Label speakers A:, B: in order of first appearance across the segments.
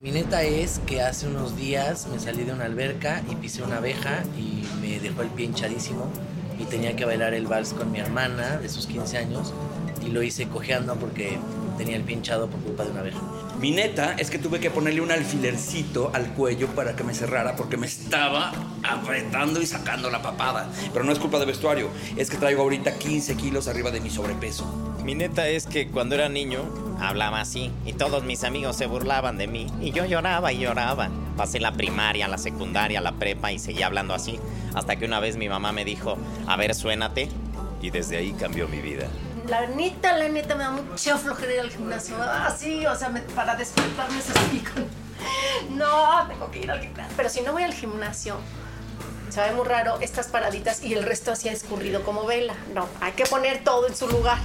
A: Mi neta es que hace unos días me salí de una alberca y pisé una abeja y me dejó el pie hinchadísimo y tenía que bailar el vals con mi hermana de sus 15 años y lo hice cojeando porque tenía el pie hinchado por culpa de una abeja.
B: Mi neta es que tuve que ponerle un alfilercito al cuello para que me cerrara porque me estaba apretando y sacando la papada. Pero no es culpa de vestuario, es que traigo ahorita 15 kilos arriba de mi sobrepeso.
C: Mi neta es que cuando era niño hablaba así y todos mis amigos se burlaban de mí y yo lloraba y lloraba. Pasé la primaria, la secundaria, la prepa y seguía hablando así hasta que una vez mi mamá me dijo, a ver, suénate. Y desde ahí cambió mi vida.
D: La neta, la neta, me da mucha flojera ir al gimnasio. Ah, sí, o sea, me- para despertarme es así con- No, tengo que ir al gimnasio. Pero si no voy al gimnasio, sabe muy raro estas paraditas y el resto así ha escurrido como vela. No, hay que poner todo en su lugar.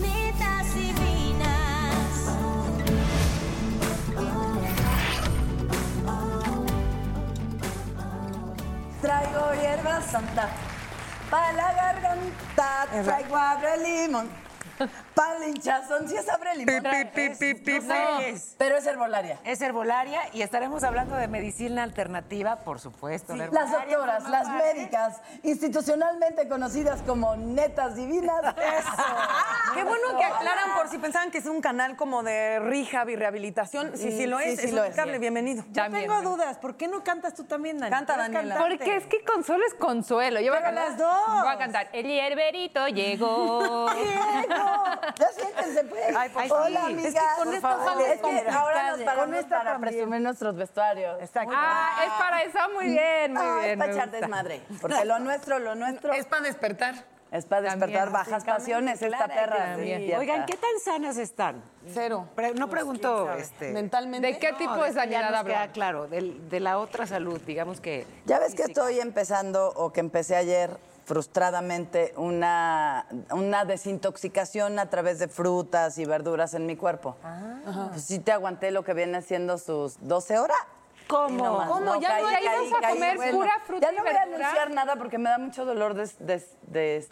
E: Netas divinas.
F: Traigo hierba santa para la garganta. Traigo abre limón. Para el hinchazón, si es abre limón.
G: pi,
F: No
G: pi.
F: sé, Pero es herbolaria.
G: Es herbolaria y estaremos hablando de medicina alternativa, por supuesto. la
F: Las
G: herbolaria
F: doctoras,
G: forma
F: las
G: parte.
F: médicas, institucionalmente conocidas como netas divinas. Eso.
H: Qué bueno que aclaran por si pensaban que es un canal como de rehab y rehabilitación. Sí, sí lo
F: sí,
H: es,
F: sí
H: es
F: lo es.
H: impecable, bienvenido.
G: Ya viene.
H: dudas, ¿por qué no cantas tú también, Dani?
F: Canta,
H: ¿Puedes
F: Daniela.
H: cantar?
G: Porque es que Consuelo es Consuelo. Yo voy a
H: Pero
G: cantar.
H: las dos.
G: Voy a cantar. El hierberito llegó.
F: Ya siéntense, pues.
H: Ay, pues
F: Hola,
H: sí.
F: amigas.
H: Es que con
F: Por
H: esto
F: favor.
H: sale
F: Es que
H: complicado.
F: ahora nos
H: Con
F: paramos
H: esta
F: para
H: también.
F: presumir nuestros vestuarios.
H: Exacto.
G: Ah, es para eso. Muy bien, muy
F: Ah,
G: bien.
F: es para
G: me
F: echar
G: gusta.
F: desmadre. Porque lo nuestro, lo nuestro.
G: Es para despertar.
F: Es para despertar
G: También,
F: bajas pasiones, esta perra.
G: también.
F: despierta.
H: Oigan, ¿qué tan sanas están?
G: Cero.
H: Pre- Pues, no pregunto este, mentalmente.
G: ¿De qué tipo de
H: ya
G: sanidad
H: nos
G: hablan?
H: queda claro, del- de la otra salud, digamos que.
I: Ya ves que estoy empezando o que empecé ayer frustradamente una, una desintoxicación a través de frutas y verduras en mi cuerpo.
G: Ah.
I: Pues sí te aguanté lo que viene siendo sus 12 horas.
H: ¿Cómo?
I: No más,
G: ¿Cómo? ¿Ya no ibas a comer pura fruta
I: Ya
G: y
I: no voy a
G: verdura?
I: anunciar nada porque me da mucho dolor de... de- de-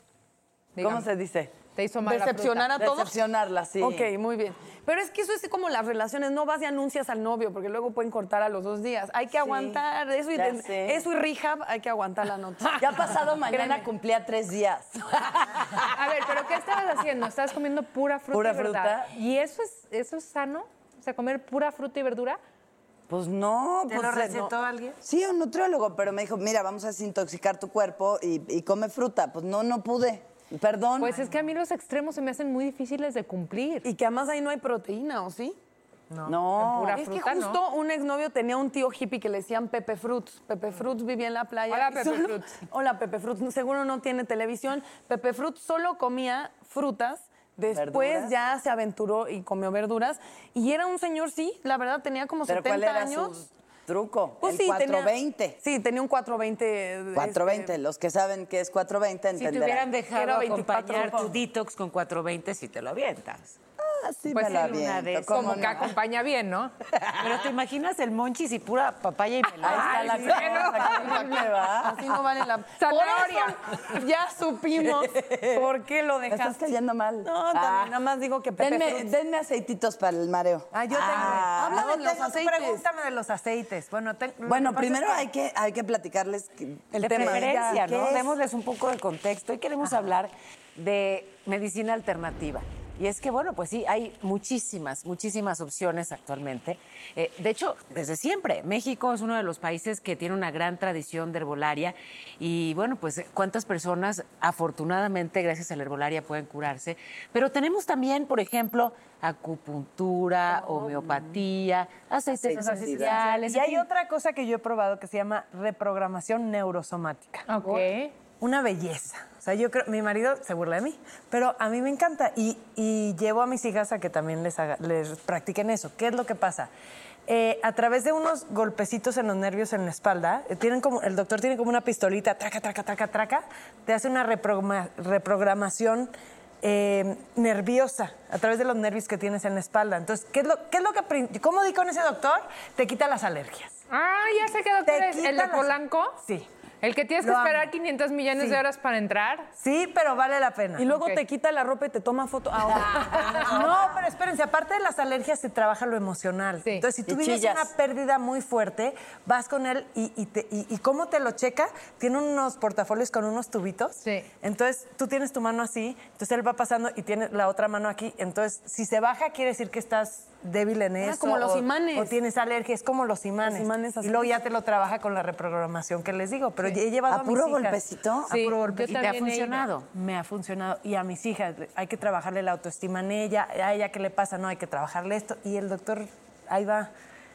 G: Dígame.
I: ¿Cómo se dice?
G: Te hizo mal. la
H: Decepcionar
G: fruta.
H: a todos.
I: Decepcionarla, sí.
H: Ok, muy bien. Pero es que eso es como las relaciones, no vas y anuncias al novio, porque luego pueden cortar a los dos días. Hay que aguantar eso y,
I: ya
H: de-
I: sé.
H: eso y rehab, hay que aguantar la noche.
I: Ya pasado mañana cumplía tres días.
G: A ver, ¿pero qué estabas haciendo? Estabas comiendo pura fruta
I: Pura
G: y verdura.
I: fruta.
G: ¿Y eso es, eso es sano? O sea, comer pura fruta y verdura.
I: Pues no.
H: ¿Te
I: pues, eh,
H: lo recetó
I: no.
H: alguien?
I: Sí, un nutriólogo, pero me dijo, mira, vamos a desintoxicar tu cuerpo y, y come fruta. Pues no, no pude. Perdón.
G: Pues es que a mí los extremos se me hacen muy difíciles de cumplir.
H: Y que además ahí no hay proteína, ¿o sí?
I: no.
G: pura
H: es
G: fruta,
H: que
G: ¿no?
H: justo un exnovio tenía un tío hippie que le decían Pepe Fruits. Pepe Fruits vivía en la playa.
G: Hola,
H: y
G: Pepe Fruits.
H: Hola, Pepe Fruits. Seguro no tiene televisión. Pepe Fruits solo comía frutas. Después
I: Verduras.
H: ya se aventuró y comió verduras. Y era un señor, sí, la verdad, tenía como
I: pero
H: 70
I: ¿cuál era
H: años.
I: su truco?
H: Pues
I: el
H: sí, tenía-
I: 420.
H: sí, tenía un 420. este,
I: 420, los que saben que es 420
G: te
I: entenderán.
G: hubieran de-
H: que era 24
G: tu
F: detox con 420 si te lo avientas.
I: Ah, sí
G: Pues
I: me la
G: sí, una
I: aviento,
G: de esas.
I: ¿cómo
G: Como que
I: no?
G: acompaña bien, ¿no?
F: Pero te imaginas el monchis y pura papaya y melón.
I: Ahí está la
G: Ay, bueno.
I: cosa, ¿qué me va?
H: Así no vale la
G: Zanahoria.
H: Por eso Ya supimos por qué lo
I: Me estás
H: dejaste.
I: cayendo mal.
H: No, también,
I: Ah.
H: nada más digo que Pepe
I: Denme,
H: Fruits.
I: denme aceititos para el mareo.
F: Ah, yo tengo.
I: Ah.
F: Habla
H: no,
F: de
H: los
F: los aceites.
H: aceites. Mm, pues
F: Pregúntame de los aceites. Bueno, te- lo
I: Bueno,
F: que pasa
I: primero
F: es que-
I: hay que, hay que platicarles que-
F: El
H: De
F: tema.
H: preferencia,
I: ¿Qué
H: ¿no?
I: es?
F: Démosles un poco de contexto. Hoy queremos hablar de medicina alternativa. Y es que, bueno, pues sí, hay muchísimas, muchísimas opciones actualmente. Eh, de hecho, desde siempre, México es uno de los países que tiene una gran tradición de herbolaria y, bueno, pues cuántas personas afortunadamente gracias a la herbolaria pueden curarse. Pero tenemos también, por ejemplo, acupuntura, homeopatía, aceites
J: Aceites
F: esenciales.
J: Y
F: en
J: hay
F: fin.
J: otra cosa que yo he probado que se llama reprogramación neurosomática. Una belleza. O sea, yo creo, mi marido se burla de mí, pero a mí me encanta y, y llevo a mis hijas a que también les, haga- les practiquen eso. ¿Qué es lo que pasa? Eh, a través de unos golpecitos en los nervios en la espalda, eh, tienen como, el doctor tiene como una pistolita, traca, traca, traca, traca, te hace una reprograma- reprogramación eh, nerviosa a través de los nervios que tienes en la espalda. Entonces, ¿qué es lo, qué es lo que... prin- ¿Cómo di con ese doctor? Te quita las alergias.
G: Ah, ya sé qué doctor es. ¿El de
J: las-
G: Polanco?
J: Sí.
G: ¿El que tienes que
J: Lo amo.
G: esperar 500 millones
J: Sí.
G: de horas para entrar?
J: Sí, pero vale la pena. Y luego
G: Ok.
J: te quita la ropa y te toma foto. no, pero espérense, aparte de las alergias se trabaja lo emocional. Entonces, si tú
I: Y
J: vives
I: chillas.
J: una pérdida muy fuerte, vas con él y, y te- y- y cómo te lo checa, tiene unos portafolios con unos tubitos. Entonces, tú tienes tu mano así, entonces él va pasando y tiene la otra mano aquí. Entonces, si se baja, quiere decir que estás débil en eso.
H: Ah, como los
J: o-
H: imanes.
J: O tienes alergia, es como los imanes.
H: imanes así.
J: Y luego ya te lo trabaja con la reprogramación que les digo. Pero he llevado
I: ¿A
J: a, mis
I: puro
J: hijas.
I: golpecito?
J: A
I: Sí,
J: puro
I: yo
J: golpecito.
I: también he ido.
J: Me ha funcionado. Y a mis hijas, le- hay que trabajarle la autoestima en ella. A ella, ¿qué le pasa? No, hay que trabajarle esto. Y el doctor, ahí va.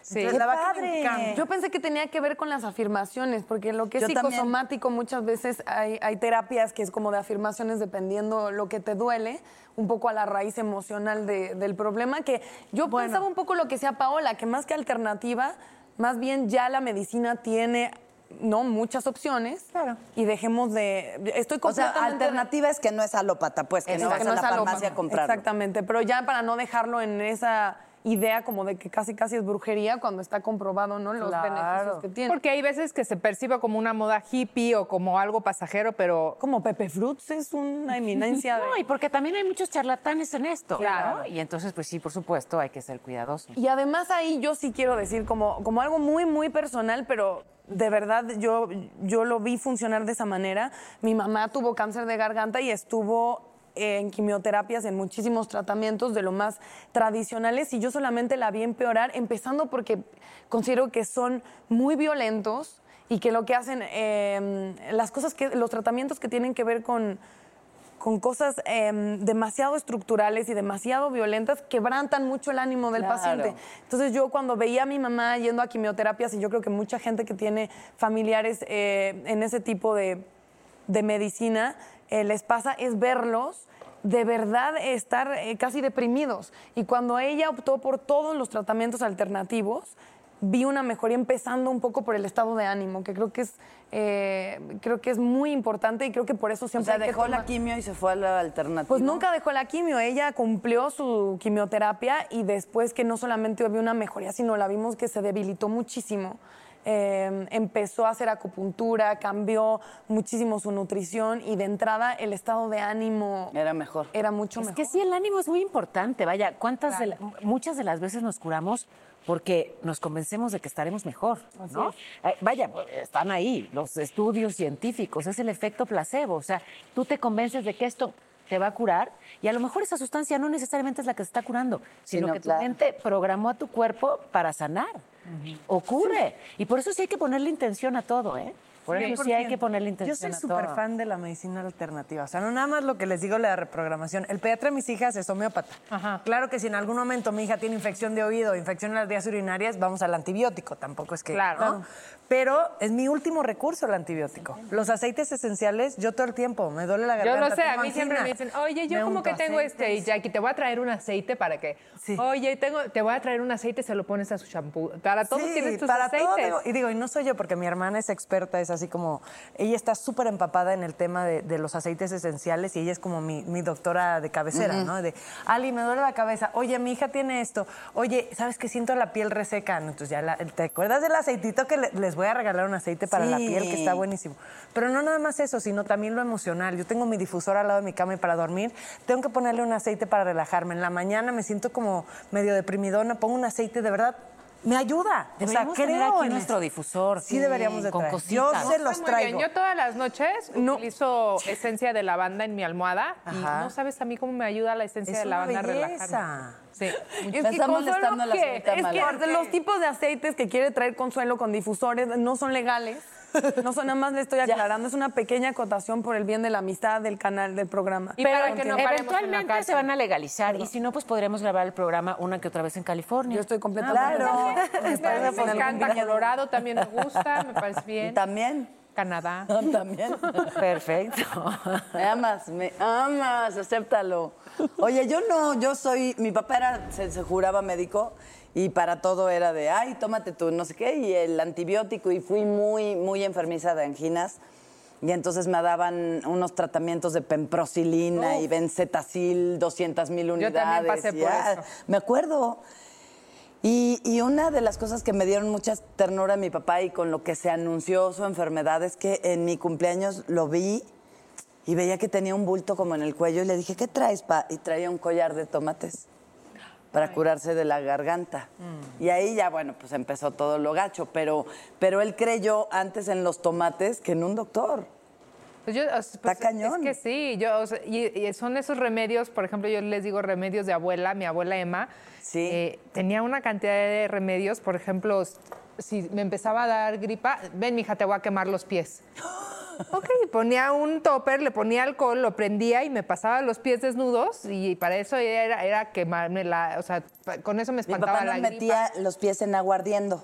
J: Entonces, la verdad que me encanta.
H: Yo pensé que tenía que ver con las afirmaciones, porque lo que es
J: Yo también.
H: psicosomático muchas veces hay, hay terapias que es como de afirmaciones dependiendo lo que te duele, un poco a la raíz emocional de- del problema, que yo pensaba un poco lo que sea Paola, que más que alternativa, más bien ya la medicina tiene... No, muchas opciones. Claro. Y dejemos de. Estoy
I: O sea,
H: completamente.
I: alternativa es que no es alópata, pues que no vas
H: Exacto,
I: a la
H: es algo
I: farmacia a
H: más.
I: comprarlo.
H: Exactamente, pero ya para no dejarlo en esa idea como de que casi casi es brujería cuando está comprobado, ¿no? Los beneficios que tiene.
G: Porque hay veces que se percibe como una moda hippie o como algo pasajero, pero...
H: Como Pepe Fruits es una eminencia de-
F: No, y porque también hay muchos charlatanes en esto.
H: Claro.
F: ¿no? Y entonces, pues sí, por supuesto, hay que ser cuidadosos.
H: Y además ahí yo sí quiero decir como, como algo muy, muy personal, pero de verdad yo, yo lo vi funcionar de esa manera. Mi mamá tuvo cáncer de garganta y estuvo en quimioterapias, en muchísimos tratamientos de lo más tradicionales y yo solamente la vi empeorar, empezando porque considero que son muy violentos y que lo que hacen, eh, las cosas que, los tratamientos que tienen que ver con, con cosas em, demasiado estructurales y demasiado violentas quebrantan mucho el ánimo del
F: Claro.
H: paciente. Entonces yo cuando veía a mi mamá yendo a quimioterapias, y yo creo que mucha gente que tiene familiares eh, en ese tipo de, de medicina, eh, les pasa es verlos de verdad estar eh, casi deprimidos. Y cuando ella optó por todos los tratamientos alternativos, vi una mejoría empezando un poco por el estado de ánimo, que creo que es, eh, creo que es muy importante y creo que por eso
I: O
H: siempre...
I: sea,
H: hay que
I: dejó
H: tomar-
I: la quimio y se fue a la alternativa.
H: pues nunca dejó la quimio, ella cumplió su quimioterapia y después que no solamente hubo una mejoría, sino la vimos que se debilitó muchísimo. Eh, empezó a hacer acupuntura, cambió muchísimo su nutrición y de entrada el estado de ánimo
I: era mejor.
H: Era mucho
F: Es
H: mejor.
F: que sí, el ánimo es muy importante. Vaya, ¿cuántas de la- muchas de las veces nos curamos porque nos convencemos de que estaremos mejor,
H: Así
F: ¿no?
H: es.
F: Eh, Vaya, están ahí los estudios científicos, es el efecto placebo, o sea, tú te convences de que esto te va a curar y a lo mejor esa sustancia no necesariamente es la que te está curando, sino
I: no,
F: que tu
I: claro.
F: mente programó a tu cuerpo para sanar. Ocurre. Y por eso sí hay que ponerle intención a todo, ¿eh? Por eso sí hay que ponerle intención
J: Yo soy
F: a todo.
J: súper fan de la medicina alternativa. O sea, no nada más lo que les digo, la reprogramación. El pediatra de mis hijas es homeópata. Claro que si en algún momento mi hija tiene infección de oído, infección en las vías urinarias, vamos al antibiótico. Tampoco es que.
G: Claro.
J: ¿no? Pero es mi último recurso el antibiótico. Los aceites esenciales, yo todo el tiempo me duele la
G: Yo
J: garganta.
G: lo sé, a
J: tengo
G: mí siempre me
J: angina.
G: dicen, oye, yo
J: Me
G: como
J: unto
G: que tengo este, y
J: aceites.
G: Jackie, te voy a traer un aceite para que, oye, tengo, te voy a traer un aceite, se lo pones a su shampoo. Para todos
J: Sí,
G: tienes tus
J: para
G: aceites.
J: todo digo- y digo, y no soy yo, porque mi hermana es experta, es así como, ella está súper empapada en el tema de, de los aceites esenciales y ella es como mi, mi doctora de cabecera,
I: Ujú.
J: ¿no? De, Ali, me duele la cabeza, oye, mi hija tiene esto, oye, ¿sabes que siento la piel reseca? No, Entonces ya, la- ¿te acuerdas del aceitito que le- les voy a regalar un aceite para la
I: Sí.
J: piel que está buenísimo? Pero no nada más eso, sino también lo emocional. Yo tengo mi difusor al lado de mi cama y para dormir tengo que ponerle un aceite para relajarme. En la mañana me siento como medio deprimidona, pongo un aceite de verdad me ayuda. O sea,
F: Deberíamos tener
J: creo
F: aquí
J: en
F: nuestro
J: esto.
F: difusor.
J: Sí, deberíamos de
F: con
J: traer.
F: cositas.
J: Yo se los
G: Muy
J: traigo.
G: bien, Yo todas las noches utilizo esencia de lavanda en mi almohada
J: Ajá.
G: y no sabes a mí cómo me ayuda la esencia
J: Es
G: de
J: una
G: lavanda a
J: belleza.
G: relajarme. Sí.
H: Es que Consuelo, ¿qué? Es que aparte los
G: tipos
H: tipos de aceites que quiere traer Consuelo con difusores no son legales. No son, nada más le estoy aclarando, es una pequeña acotación por el bien de la amistad del canal, del programa.
F: eventualmente se van a legalizar y si no, pues podremos grabar el programa una que otra vez en California. Yo estoy
G: Ah,
H: completamente de acuerdo.
G: Me, me encanta Colorado, también me gusta, me parece bien.
I: También.
G: Canadá.
I: También.
F: Perfecto.
I: Me amas, me amas, acéptalo. Oye, yo no, yo soy, mi papá era, se, se juraba médico y para todo era de, ay, tómate tú, no sé qué, y el antibiótico y fui muy, muy enfermiza de anginas. Y entonces me daban unos tratamientos de pemprocilina y benzetacil, 200 mil unidades.
G: también pasé
I: y,
G: por
I: ah,
G: eso.
I: Me acuerdo. Y, y una de las cosas que me dieron mucha ternura a mi papá y con lo que se anunció su enfermedad es que en mi cumpleaños lo vi y veía que tenía un bulto como en el cuello y le dije, ¿qué traes, pa? Y traía un collar de tomates para curarse de la garganta.
G: Mm.
I: Y ahí ya, bueno, pues empezó todo lo gacho, pero, pero él creyó antes en los tomates que en un doctor.
G: Pues yo, o sea, pues, Es que sí, yo, o sea, y, y son esos remedios, por ejemplo, yo les digo remedios de abuela, mi abuela Emma, eh, tenía una cantidad de remedios, por ejemplo, s- si me empezaba a dar gripa, ven, mija, te voy a quemar los pies. Ok, y ponía un topper, le ponía alcohol, lo prendía y me pasaba los pies desnudos y para eso era, era quemarme la, o sea, pa- con eso me
I: Mi
G: espantaba
I: papá nos
G: la gripa.
I: metía los pies en agua ardiendo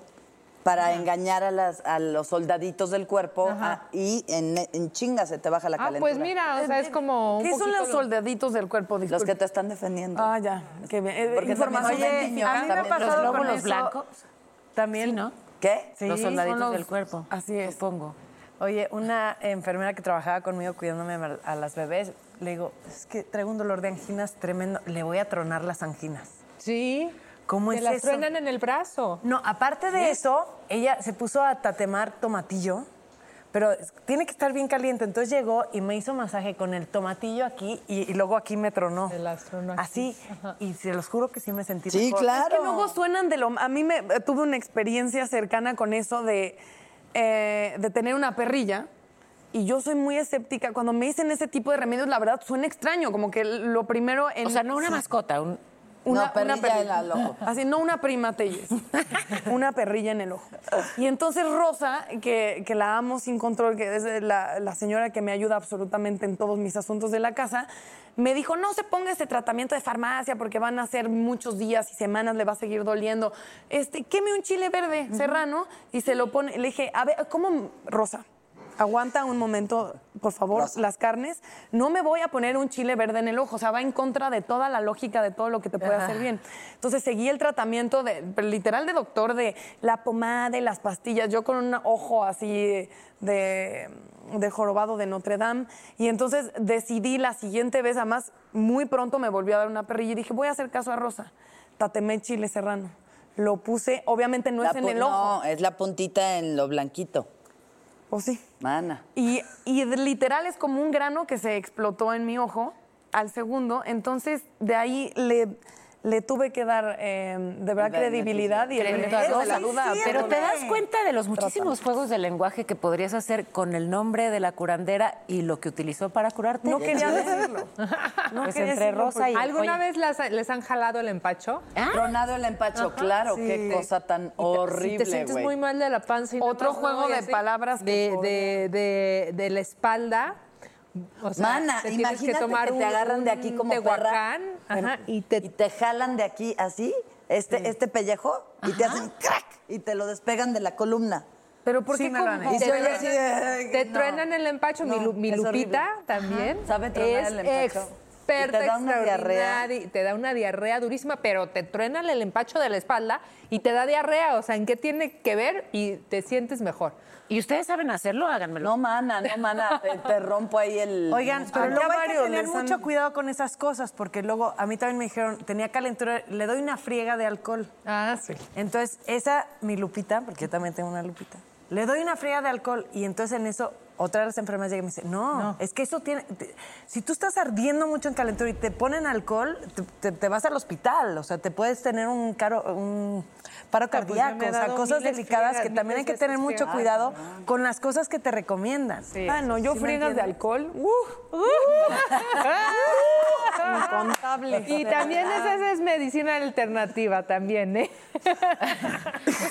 I: para engañar a, las, a los soldaditos del cuerpo ah, y en, en chinga se te baja la
G: Ah,
I: calentura.
G: pues mira, o sea, es como un
H: Eh, ¿Qué son
G: poquito
H: los
G: lo-
H: soldaditos del cuerpo?
I: Los que te están defendiendo.
H: Ah, ya. Qué bien. Eh,
I: Porque
H: información
I: también
H: de
I: son
H: niño.
I: niños,
H: A mí me ha
I: también.
H: pasado
I: Los
H: con
I: glóbulos
H: eso.
I: blancos.
J: También, ¿no?
I: ¿Qué?
J: Sí,
F: los
J: son
F: soldaditos
J: los-
F: del cuerpo.
J: Así es.
F: Supongo.
J: Oye, una enfermera que trabajaba conmigo cuidándome a- a las bebés, le digo, es que traigo un dolor de anginas tremendo, le voy a tronar las anginas.
G: Sí.
J: ¿Cómo
G: Te
J: es
G: las
J: eso?
G: truenan en el brazo.
J: No, aparte de eso, ella se puso a tatemar tomatillo, pero es- tiene que estar bien caliente. Entonces llegó y me hizo masaje con el tomatillo aquí y, y luego aquí me tronó. Así, y se los juro que sí me sentí
I: Sí,
J: mejor.
H: Ah, Es que luego suenan de lo. A mí me eh, tuve una experiencia cercana con eso de, eh, de tener una perrilla. Y yo soy muy escéptica. Cuando me dicen ese tipo de remedios, la verdad suena extraño. Como que lo primero. En,
F: O sea, no una mascota, un.
H: una,
F: No, perrilla
H: una perrilla.
F: era loco.
H: Así, no una prima Telles. una perrilla en el ojo. Y entonces Rosa, que, que la amo sin control, que es la, la señora que me ayuda absolutamente en todos mis asuntos de la casa, me dijo, no se ponga este tratamiento de farmacia porque van a ser muchos días y semanas, le va a seguir doliendo. Este, queme un chile verde serrano y se lo pone. Le dije, a ver, ¿cómo, Rosa? Aguanta un momento, por favor, las carnes. No me voy a poner un chile verde en el ojo. O sea, va en contra de toda la lógica de todo lo que te puede
J: Ajá.
H: hacer bien. Entonces seguí el tratamiento de, pero literal de doctor de la pomada y las pastillas. Yo con un ojo así de, de jorobado de Notre Dame. Y entonces decidí la siguiente vez, además, muy pronto me volvió a dar una perrilla y dije, voy a hacer caso a Rosa. Tatemé chile serrano. Lo puse, obviamente no
I: La
H: es en
I: pu-
H: el ojo.
I: No, es la puntita en lo blanquito.
H: ¿O sí?
I: Mana.
H: Y, y de- literal es como un grano que se explotó en mi ojo al segundo. Entonces, de ahí le, le tuve que dar eh, de verdad credibilidad y el beneficio de la duda.
F: Ah, Pero te das cuenta de los muchísimos juegos de lenguaje que podrías hacer con el nombre de la curandera y lo que utilizó para curarte.
H: No quería decirlo. No
F: Pues
H: quería
F: entre
H: decirlo
F: Rosa y-
G: ¿Alguna
F: oye.
G: vez las- les han jalado el empacho?
I: Tronado el empacho,
G: Ah. Ajá,
I: claro,
G: sí.
I: qué cosa tan
G: Si
I: horrible,
G: te sientes
I: güey.
G: muy mal de la panza y notas,
H: Otro
G: ¿no?
H: juego
G: Y
H: de
G: así,
H: palabras que
G: de,
H: podría-
G: de, de, de la espalda. O sea,
I: Mana,
G: te tienes
I: imagínate que, te
G: un-
I: agarran de aquí
G: un
I: como perra
G: tehuacán, ajá,
I: y, te... jalan de aquí así, este, este pellejo, y te hacen crack y te lo despegan de la columna.
H: Pero
G: ¿Por qué como-
I: Y
G: te,
I: se oye
G: truenan-
I: así de,
G: te
I: no.
G: truenan el empacho, mi,
I: No,
G: Lu- mi
I: es horrible.
G: Lupita también.
I: Ajá, sabe tronar el empacho.
G: Experta
I: Y te da una
G: extraordinaria,
I: diarrea.
G: Te da una diarrea durísima, pero te truenan el empacho de la espalda y te da diarrea. O sea, ¿en qué tiene que ver? Y te sientes mejor.
F: ¿Y ustedes saben hacerlo? Háganmelo.
I: No, mana, no, mana, te, te rompo ahí el...
J: Oigan,
G: Ah,
I: el
J: pero
I: músculo.
J: luego hay que tener mucho cuidado con esas cosas, porque luego a mí también me dijeron, tenía calentura, le doy una friega de alcohol.
G: Ah, sí.
J: Entonces, esa, mi lupita, porque yo también tengo una lupita, le doy una friega de alcohol y entonces en eso Otra de las enfermeras llega y me dice, no, es que eso tiene... te- si tú estás ardiendo mucho en calentura y te ponen alcohol, te, te- te vas al hospital. O sea, te puedes tener un, caro, un paro
G: Ah,
H: Puta, pues,
J: cardíaco.
H: yo me he
J: o sea,
H: dado
J: cosas
H: miles
J: delicadas
H: friegas,
J: que también hay
H: miles
J: que tener
H: veces
J: mucho
H: friegas.
J: cuidado con las cosas que te recomiendan.
H: Ah, no, yo friegas de alcohol. ¡uh!
J: uh,
G: Incontable. Y también esa esa es medicina alternativa también, ¿eh?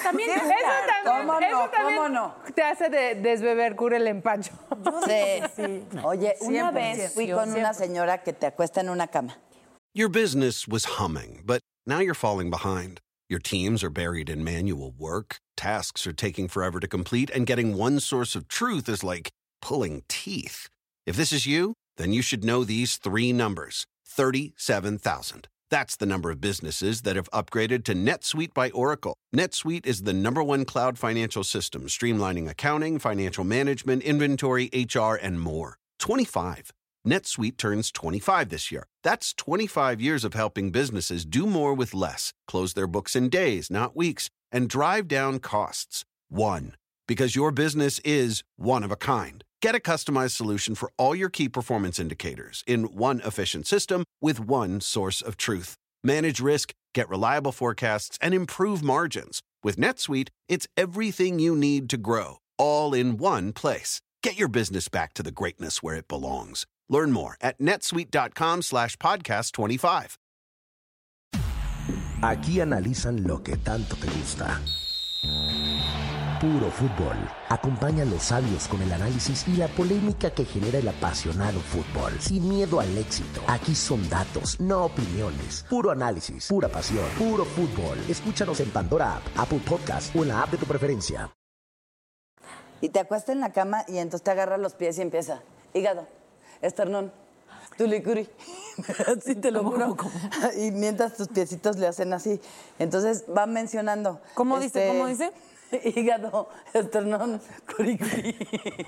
K: también
G: eso
K: cura.
G: también,
K: ¿Cómo no?
G: eso también
K: ¿Cómo no?
G: te hace de- desbeber, cura el empacho.
I: Oye, una
G: 100%.
I: vez fui con una señora que te acuesta en una cama.
L: Your business was humming, but now you're falling behind. Your teams are buried in manual work, tasks are taking forever to complete, and getting one source of truth is like pulling teeth. If this is you, then you should know these three numbers 37,000. That's the number of businesses that have upgraded to NetSuite by Oracle. NetSuite is the number one cloud financial system, streamlining accounting, financial management, inventory, HR, and more. 25. NetSuite turns 25 this year. That's 25 years of helping businesses do more with less, close their books in days, not weeks, and drive down costs. One, because your business is one of a kind. Get a customized solution for all your key performance indicators in one efficient system with one source of truth. Manage risk, get reliable forecasts, and improve margins. With NetSuite, it's everything you need to grow, all in one place. Get your business back to the greatness where it belongs. Learn more at netsuite.com slash podcast 25.
B: Aquí analizan lo que tanto te gusta. Puro fútbol. Acompaña a los sabios con el análisis y la polémica que genera el apasionado fútbol. Sin miedo al éxito. Aquí son datos, no opiniones. Puro análisis, pura pasión, puro fútbol. Escúchanos en Pandora App, Apple Podcast o en la app de tu preferencia.
I: Y te acuesta en la cama y entonces te agarra los pies y empieza. Hígado, esternón, tulicuri. así te lo juro. Y mientras tus piecitos le hacen así. Entonces va mencionando. este,
K: ¿Cómo dice? ¿Cómo dice?
I: Hígado, esternón, curicuri.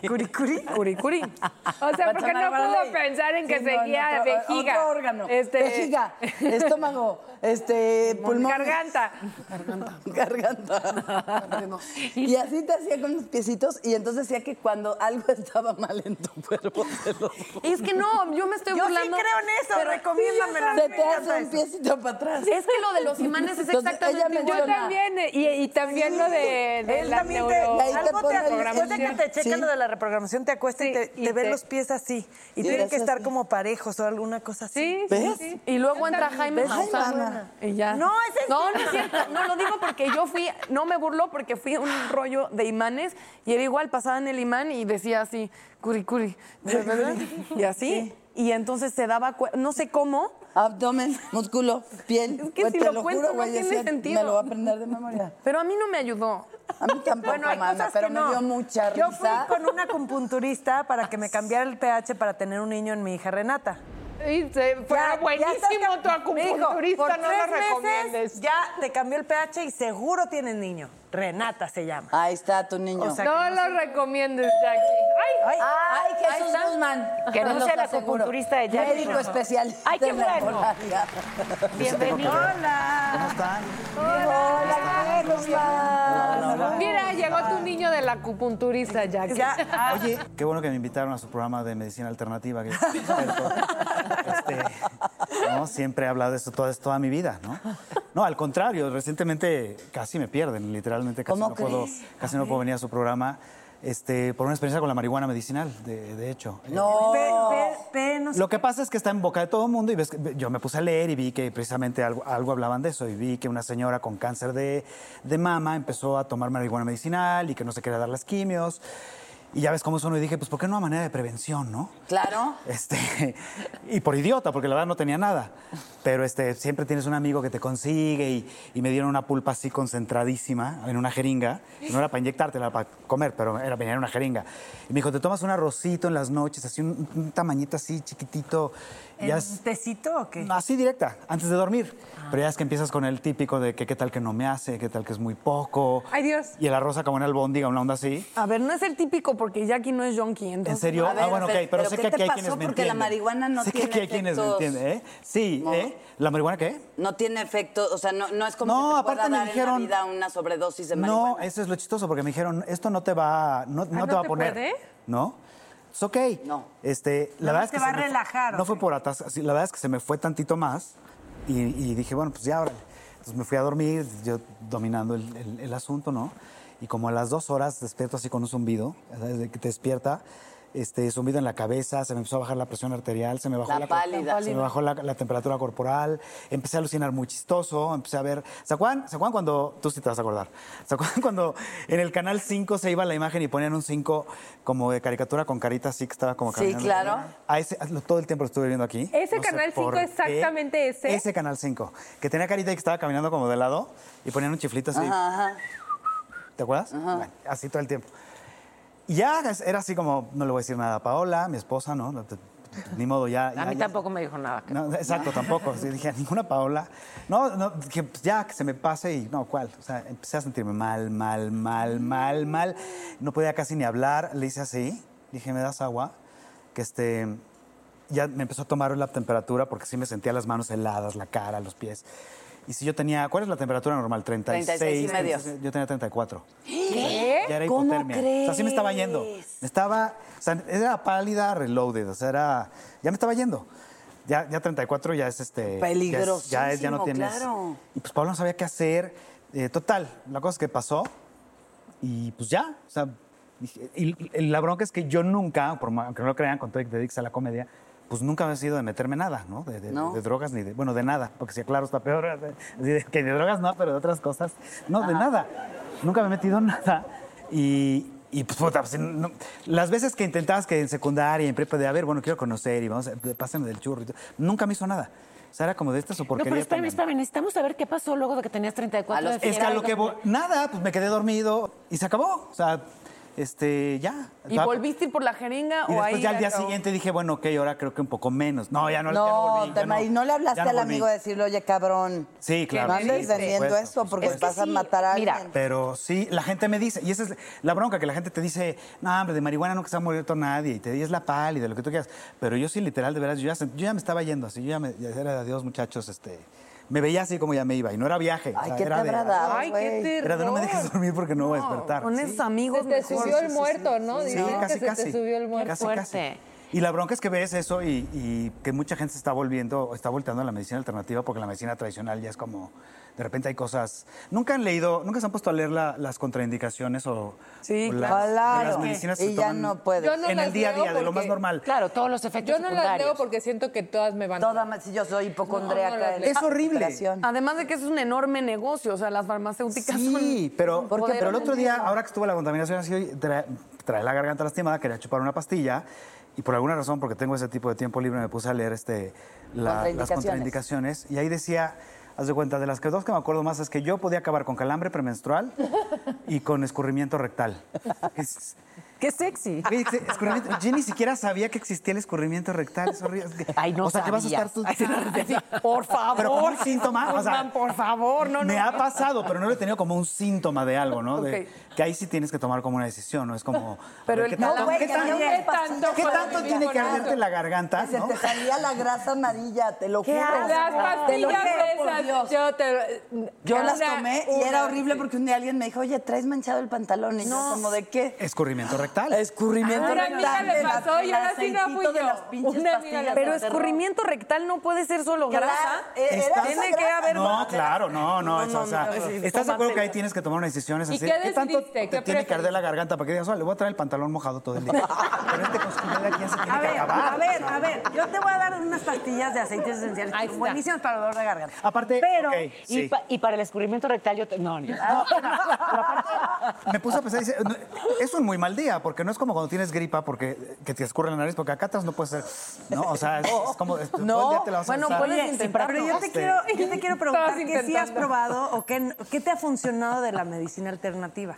J: Curicuri.
H: Curicuri.
G: O sea, porque no pudo pensar en que seguía vejiga.
I: Otro órgano.
G: Este-
I: Vejiga, estómago, este, pulmón.
G: Garganta.
I: Garganta. Y así te hacía con los piecitos y entonces decía que cuando algo estaba mal en tu cuerpo te lo
K: Es que no, yo me estoy
I: Yo sí
K: burlando.
I: creo en eso, recomiéndamelo.
K: recomiéndamelo.
I: Se te hace un piecito para atrás.
K: Es que lo de los imanes es
I: Entonces,
K: exactamente
I: ella
K: igual.
G: Yo también, eh, y, y también lo de, de
J: Él
G: la
J: también te,
G: neuro-
J: algo te, después de que te checan
G: Sí.
J: lo de la reprogramación, te acuesta y te, te ven los pies así. Y,
G: y
J: tienen
G: te hace
J: que estar como parejos o alguna cosa así.
K: Sí, sí, ¿Ves? sí. Y luego Yo entra también. Jaime ¿Ves, Maussan. Jaime?
J: Y ya.
K: No, es No, no es cierto. No, lo digo porque yo fui, no me burlo porque fui a un rollo de imanes y era igual, pasaban el imán y decía así, curi, curi, ¿verdad? y así. Y entonces se daba cuenta, no sé cómo.
I: Abdomen, músculo, piel.
K: Es que
I: Güey,
K: si
I: te
K: lo,
I: lo
K: cuento
I: juro,
K: no
I: güey,
K: tiene
I: decía,
K: sentido.
I: me lo va a aprender de memoria.
K: Pero a mí no me ayudó.
I: A mí tampoco,
J: Bueno, hay
I: mana,
J: cosas
I: pero
J: que
I: me
J: no.
I: dio mucha risa.
J: Yo fui con una acupunturista para que me cambiara el pH para tener un niño en mi hija Renata.
G: Y se- fuera buenísimo tu acupunturista,
J: por
G: no
J: tres
G: lo
J: meses
G: recomiendes.
J: ya te cambió el pH y seguro tienes niño. Renata se llama.
I: Ahí está tu niño.
J: O sea,
G: no
J: que
G: lo recomiendes, Jackie. ¡Ay!
J: Ay, ay, Jesús
G: ahí está.
I: Guzmán.
J: Que no
I: Te los
J: sea el
I: aseguro.
J: acupunturista de Jackie.
I: Médico especial.
J: Ay, qué bueno.
G: Bienvenido.
I: Hola.
M: ¿Cómo están?
G: Hola, ¿cómo estás?
M: Hola, hola.
G: Mira, llegó tu niño del acupunturista, Jackie.
J: ah,
M: Oye, qué bueno que me invitaron a su programa de medicina alternativa. Que es experto. Este, ¿no? Siempre he hablado de eso toda, toda mi vida, ¿no? No, al contrario, recientemente casi me pierden, literalmente casi,
I: ¿Cómo
M: no puedo,
I: crees?
M: casi no puedo venir a su programa. Este, por una experiencia con la marihuana medicinal, de, de hecho.
I: No.
M: Lo que pasa es que está en boca de todo el mundo y ves que- yo me puse a leer y vi que precisamente algo, algo hablaban de eso y vi que una señora con cáncer de, de mama empezó a tomar marihuana medicinal y que no se quería dar las quimios. Y ya ves cómo es uno y dije, pues ¿por qué no una manera de prevención, no?
I: Claro.
M: Este, y por idiota, porque la verdad no tenía nada. Pero este, siempre tienes un amigo que te consigue y, y me dieron una pulpa así concentradísima en una jeringa. No era para inyectártela, era para comer, pero era venía en una jeringa. Y me dijo, te tomas un arrocito en las noches, así un, un tamañito así chiquitito. ya
J: ¿En
M: es-
J: tecito o qué?
M: Así directa, antes de dormir.
I: Ah.
M: Pero ya es que empiezas con el típico de que qué tal que no me hace, qué tal que es muy poco.
H: Ay, Dios.
M: Y el arroz acabó en albóndiga, una onda así.
H: A ver, no es el típico porque Jackie no es yonki. Entonces,
M: ¿En serio? ah, bueno, ok, pero, sé que aquí hay quienes me entienden. sé que aquí hay quienes me entienden, ¿eh? Sí, ¿eh? ¿La marihuana qué?
I: No tiene efecto, o sea, no, no es como
M: No,
I: que te pueda
M: aparte me
I: dar
M: dijeron-
I: en la vida una sobredosis de marihuana.
M: No, eso es lo chistoso, porque me dijeron, esto no te va, no, no
I: Ah, ¿no
M: te va
I: te
M: a poner.
I: puede?
M: ¿No? Es ok. No. Este, la verdad
J: Nada más
M: es que
J: te va
M: se
J: a
M: me fue-
J: relajar, ¿o
M: No fue por atas, sí, la verdad es que se me fue tantito más y, y dije, bueno, pues ya, ahora. Entonces me fui a dormir, yo dominando el, el- el asunto, ¿no? Y como a las dos horas despierto así con un zumbido, ¿sabes? De que te despierta, este, zumbido en la cabeza, se me empezó a bajar la presión arterial, se me bajó
I: La
M: la,
I: pálida.
M: se me bajó bajó la, la temperatura corporal, empecé a alucinar muy chistoso, empecé a ver. ¿Se acuerdan, ¿se acuerdan cuando.? Tú sí te vas a acordar. ¿Se acuerdan cuando en el canal 5 se iba la imagen y ponían un 5 como de caricatura con carita así que estaba como
I: Sí,
M: caminando?
I: claro.
M: A ese, a lo- todo el tiempo lo estuve viendo aquí.
G: Ese
M: No sé
G: canal 5,
M: por qué.
G: exactamente ese.
M: Ese canal 5, que tenía carita y que estaba caminando como de lado y ponían un chiflito así.
I: Ajá, ajá.
M: ¿Te acuerdas? Bueno, así todo el tiempo. Y ya es- era así como, no le voy a decir nada a Paola, mi esposa, ¿no? No te- Ni modo, ya.
F: A
M: ya-
F: mí
M: ya-
F: tampoco me dijo nada.
M: no, exacto, tampoco. Sí, dije, ninguna Paola. No, no, dije, pues, ya, que se me pase y no, ¿cuál? O sea, empecé a sentirme mal, mal, mal, mal, mal. No podía casi ni hablar. Le hice así. Dije, ¿me das agua? Que este. Ya me empezó a tomar la temperatura porque sí me sentía las manos heladas, la cara, los pies. Y si yo tenía, ¿cuál es la temperatura normal? 36.
I: 36 y medio.
M: 36, yo tenía 34.
I: ¿Qué?
M: Ya era
I: ¿Cómo
M: hipotermia. O sea, sí me estaba yendo.
I: crees?
M: Me estaba, o sea, era pálida, reloaded, o sea, era, ya me estaba yendo. Ya, ya 34 ya es este... ya es- Ya, es- ya no
I: Peligrosísimo,
M: tienes...
I: claro.
M: Y pues Pablo no sabía qué hacer. Eh, total, la cosa es que pasó y pues ya, o sea, dije- y, y la bronca es que yo nunca, por más- aunque no lo crean, con todo y que te dediques a la comedia, pues nunca me he sido de meterme nada, ¿no? De, de-
I: No.
M: de drogas ni de, bueno, de nada, porque si claro está peor, así de que de drogas no, pero de otras cosas, no, de nada. Nunca me he metido en nada y, y, pues, puta, pues, no- las veces que intentabas que en secundaria, en prepa, de, a ver, bueno, quiero conocer y vamos, a- pásame del churro, y todo, nunca me hizo nada. O sea, era como de estas o
F: No,
M: porquería
F: pero espérame,
M: tan-
F: espérame, necesitamos saber qué pasó luego de que tenías 34 de
M: es que a lo que
F: fiebre.
M: voy- nada, pues me quedé dormido y se acabó. O sea, este, ya.
H: ¿Y
M: Va-
H: volviste por la jeringa
M: y
H: o
M: después
H: ahí?
M: ya al día
H: acabó?
M: siguiente dije, bueno, ok, ahora creo que un poco menos. No, ya no, ya no
I: No,
M: volví, ya
I: tema, y no le hablaste
M: ya no
I: al
M: volví.
I: amigo de decirle, oye, cabrón.
M: Sí, claro.
I: No
M: sí,
I: andes
M: por
I: vendiendo
M: supuesto,
I: eso
M: por
I: porque
M: supuesto.
I: vas a matar a alguien.
M: Pero sí, la gente me dice, y esa es la bronca, que la gente te dice, no, hombre, de marihuana nunca se ha muerto nadie, y te dices la pal y de lo que tú quieras. Pero yo sí, literal, de veras, yo ya, sent- yo ya me estaba yendo así, yo ya, me, ya era de adiós, muchachos, este... Me veía así como ya me iba, y no era viaje.
I: Ay, ¿qué te
M: era de,
I: habrá dado,
M: "Adiós".
I: Ay, qué güey?
M: Era de no me dejes dormir porque no voy a despertar.
H: Con
M: Sí.
H: esos amigos
G: Se te
H: mejor.
G: subió el muerto, ¿no?
H: sí.
G: Dicen
H: Sí,
G: que
H: casi,
G: se
H: casi.
G: te subió el muerto.
M: Casi, casi. Y la bronca es que ves eso y, y que mucha gente se está volviendo, está volteando a la medicina alternativa porque la medicina tradicional ya es como, de repente hay cosas. Nunca han leído, nunca se han puesto a leer la- las contraindicaciones o,
I: Sí,
M: o las-
I: claro.
M: de las medicinas que
I: Y
M: se
I: ya
M: toman
I: no puedes. Yo no
M: en el
I: las
M: día a
I: leo
M: día, de lo más
I: porque-
M: normal.
F: Claro, todos los efectos
G: Yo no las leo porque siento que todas me van
I: Toda más, si yo soy hipocondríaca. eh.
H: las
I: en
H: leo. Es
M: horrible.
I: operación.
H: Además de que es un enorme negocio, o sea, las farmacéuticas
M: Sí,
H: son...
M: pero,
H: un poder
M: pero el otro
H: tremendo.
M: día, ahora que estuvo la contaminación así, trae, trae la garganta lastimada, quería chupar una pastilla y por alguna razón, porque tengo ese tipo de tiempo libre, me puse a leer este, la- las
I: Contraindicaciones.
M: contraindicaciones y ahí decía, haz de cuenta, de las que dos que me acuerdo más es que yo podía acabar con calambre premenstrual y con escurrimiento rectal. Es-
J: Qué sexy.
H: Ah,
M: Oye, este escurrimiento- yo ni siquiera sabía que existía el escurrimiento rectal. es horrible.
F: Ay, no
M: O sea, que vas a estar tú...
F: sabías.
H: Por favor.
M: Pero como un síntoma, o sea,
H: Guzmán, por favor, no, no.
M: me ha pasado, pero no lo he tenido como un síntoma de algo, ¿no? De-
H: Ok.
M: que ahí sí tienes que tomar como una decisión, ¿no? Es como.
H: Pero
M: a
H: el
M: ¿qué tanto,
H: no, güey,
M: qué
H: que
M: tanto-
H: no
M: qué
H: me pasó.
M: tanto
H: ¿Qué
I: tanto
M: tiene que
I: con eso?
M: arderte la garganta?
I: Se
M: ¿no?
I: te salía la grasa amarilla, te lo
G: ¿Qué
I: juro.
G: asco? Las
I: Te lo
G: pastillas
I: juro por
G: esas,
I: Dios.
G: yo te-
I: Yo las
G: Una-
I: tomé y
G: una-
I: era horrible porque un día alguien me dijo, oye, traes manchado el pantalón. Y yo, como de qué?
M: Escurrimiento rectal.
I: Escurrimiento
G: Ah, una
I: rectal.
G: amiga le
I: de la-
G: pasó y
I: del
G: ahora sí no fui
I: aceitito de
G: yo.
I: las pinches
G: Una amiga
I: pastillas
G: le
H: Pero
I: de terror.
H: escurrimiento rectal no puede ser solo
I: Claro,
H: grasa.
I: eh, era esa
H: Tiene que
I: grasa.
H: haber...
M: No, claro, no, no.
H: No,
M: eso,
H: no,
M: o sea,
H: no, sí,
M: ¿Estás de acuerdo que ahí
H: tómatela.
M: tienes que tomar una decisión? Es
G: ¿Y
M: así,
G: qué
M: tanto
G: decidiste?
M: te tiene
G: ¿Qué
M: que arder
G: prefieres?
M: la garganta para que digas, "Órale, le voy a traer el pantalón mojado todo el día? Pero este cosquilleo de aquí ya se tiene
J: A
M: que
J: ver,
M: acabar.
J: a ver, a ver. Yo te voy a dar unas pastillas de aceites esenciales. que son Buenísimas para dolor de garganta.
M: Aparte,
J: Pero,
M: ok,
J: y
M: sí.
J: pa-
F: Y para el escurrimiento rectal yo... te- No, no.
M: Me puse a pensar, dice, "No, es un muy mal día, porque no es como cuando tienes gripa porque que te escurre la nariz, porque acá atrás no puede ser. No, o sea, es, es como. es- todo el día te la vas a usar. Este.
J: Oye, Pero yo te, quiero, yo te quiero preguntar
G: Estabas
J: que si has
G: intentando.
J: probado o qué, qué te ha funcionado de la medicina alternativa.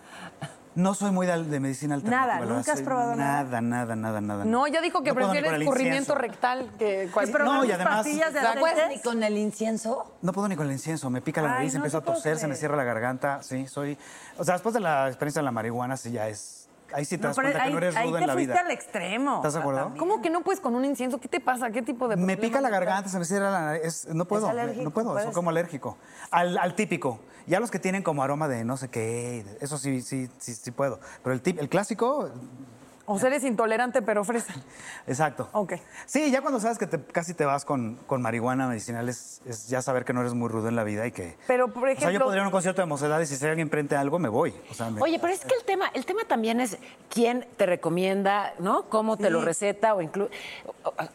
M: No soy muy de, de medicina alternativa.
H: Nada,
M: la verdad,
H: ¿nunca has
M: soy
H: probado nada?
M: Nada, nada, nada, nada.
H: No, ya dijo que
M: Ah, No puedo ni
H: prefiere
M: con el
H: escurrimiento
M: incienso.
H: rectal que
M: pero
H: cualquier
M: No, y unas además- pastillas
H: pastillas
M: de
H: de
M: ¿No puedes
H: ni con el incienso?
M: No puedo ni con el incienso, me pica la
H: Ay,
M: nariz,
H: no
M: empiezo
H: te
M: a toser,
H: puedo
M: se me
H: creer.
M: cierra la garganta, sí, soy... O sea, después de la experiencia de la marihuana, sí ya es... Ahí sí te
J: No,
M: das
J: pero
M: cuenta que no
J: ahí-
M: eres
J: ahí
M: rudo
J: te
M: en la vida.
J: fuiste al extremo.
M: ¿Estás de acuerdo?
H: ¿Cómo que no puedes con un incienso? ¿Qué te pasa? ¿Qué tipo de
M: Me pica la garganta, se me cierra la nariz, es- no puedo, me-
H: alérgico,
M: no puedo,
H: puede
M: soy como alérgico. Al, al típico, ya los que tienen como aroma de no sé qué, eso sí, sí, sí, sí puedo. Pero el, tip, el clásico,
H: O sea, eres intolerante, pero fresa.
M: exacto.
H: Ok.
M: Sí, ya cuando sabes que te- casi te vas con, con marihuana medicinal es, es ya saber que no eres muy rudo en la vida y que...
H: Pero, por
M: o sea, yo
F: ejemplo-
M: podría ir a un concierto de mocedades y si alguien prende algo, me voy. O sea, me-
F: Oye, pero es que el tema, el tema también es quién te recomienda, ¿no? Cómo te lo
M: Sí.
F: receta o incluso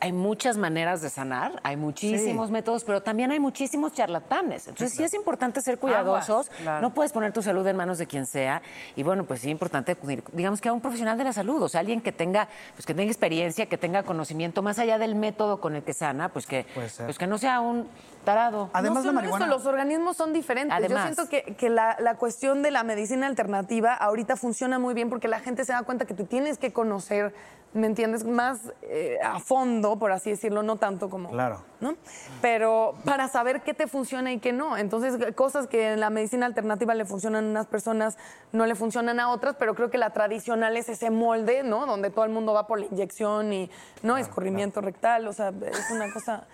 F: hay muchas maneras de sanar, hay muchísimos
J: Sí.
F: métodos, pero también hay muchísimos charlatanes. Entonces sí es importante ser cuidadosos.
J: Aguas, claro.
F: No puedes poner tu salud en manos de quien sea y bueno, pues sí es importante acudir, digamos que a un profesional de la salud, o sea, alguien que tenga pues que tenga experiencia, que tenga conocimiento más allá del método con el que sana, pues que pues que no sea un tarado.
H: no solo eso, los organismos son diferentes.
F: Además.
H: Yo siento que, que la, la cuestión de la medicina alternativa ahorita funciona muy bien porque la gente se da cuenta que te tienes que conocer, ¿me entiendes? Más eh, a fondo, por así decirlo, no tanto como...
M: Claro.
H: ¿no? Pero para saber qué te funciona y qué no. Entonces, cosas que en la medicina alternativa le funcionan a unas personas, no le funcionan a otras, pero creo que la tradicional es ese molde, ¿no? Donde todo el mundo va por la inyección y, ¿no? Escurrimiento rectal, o sea, es una cosa...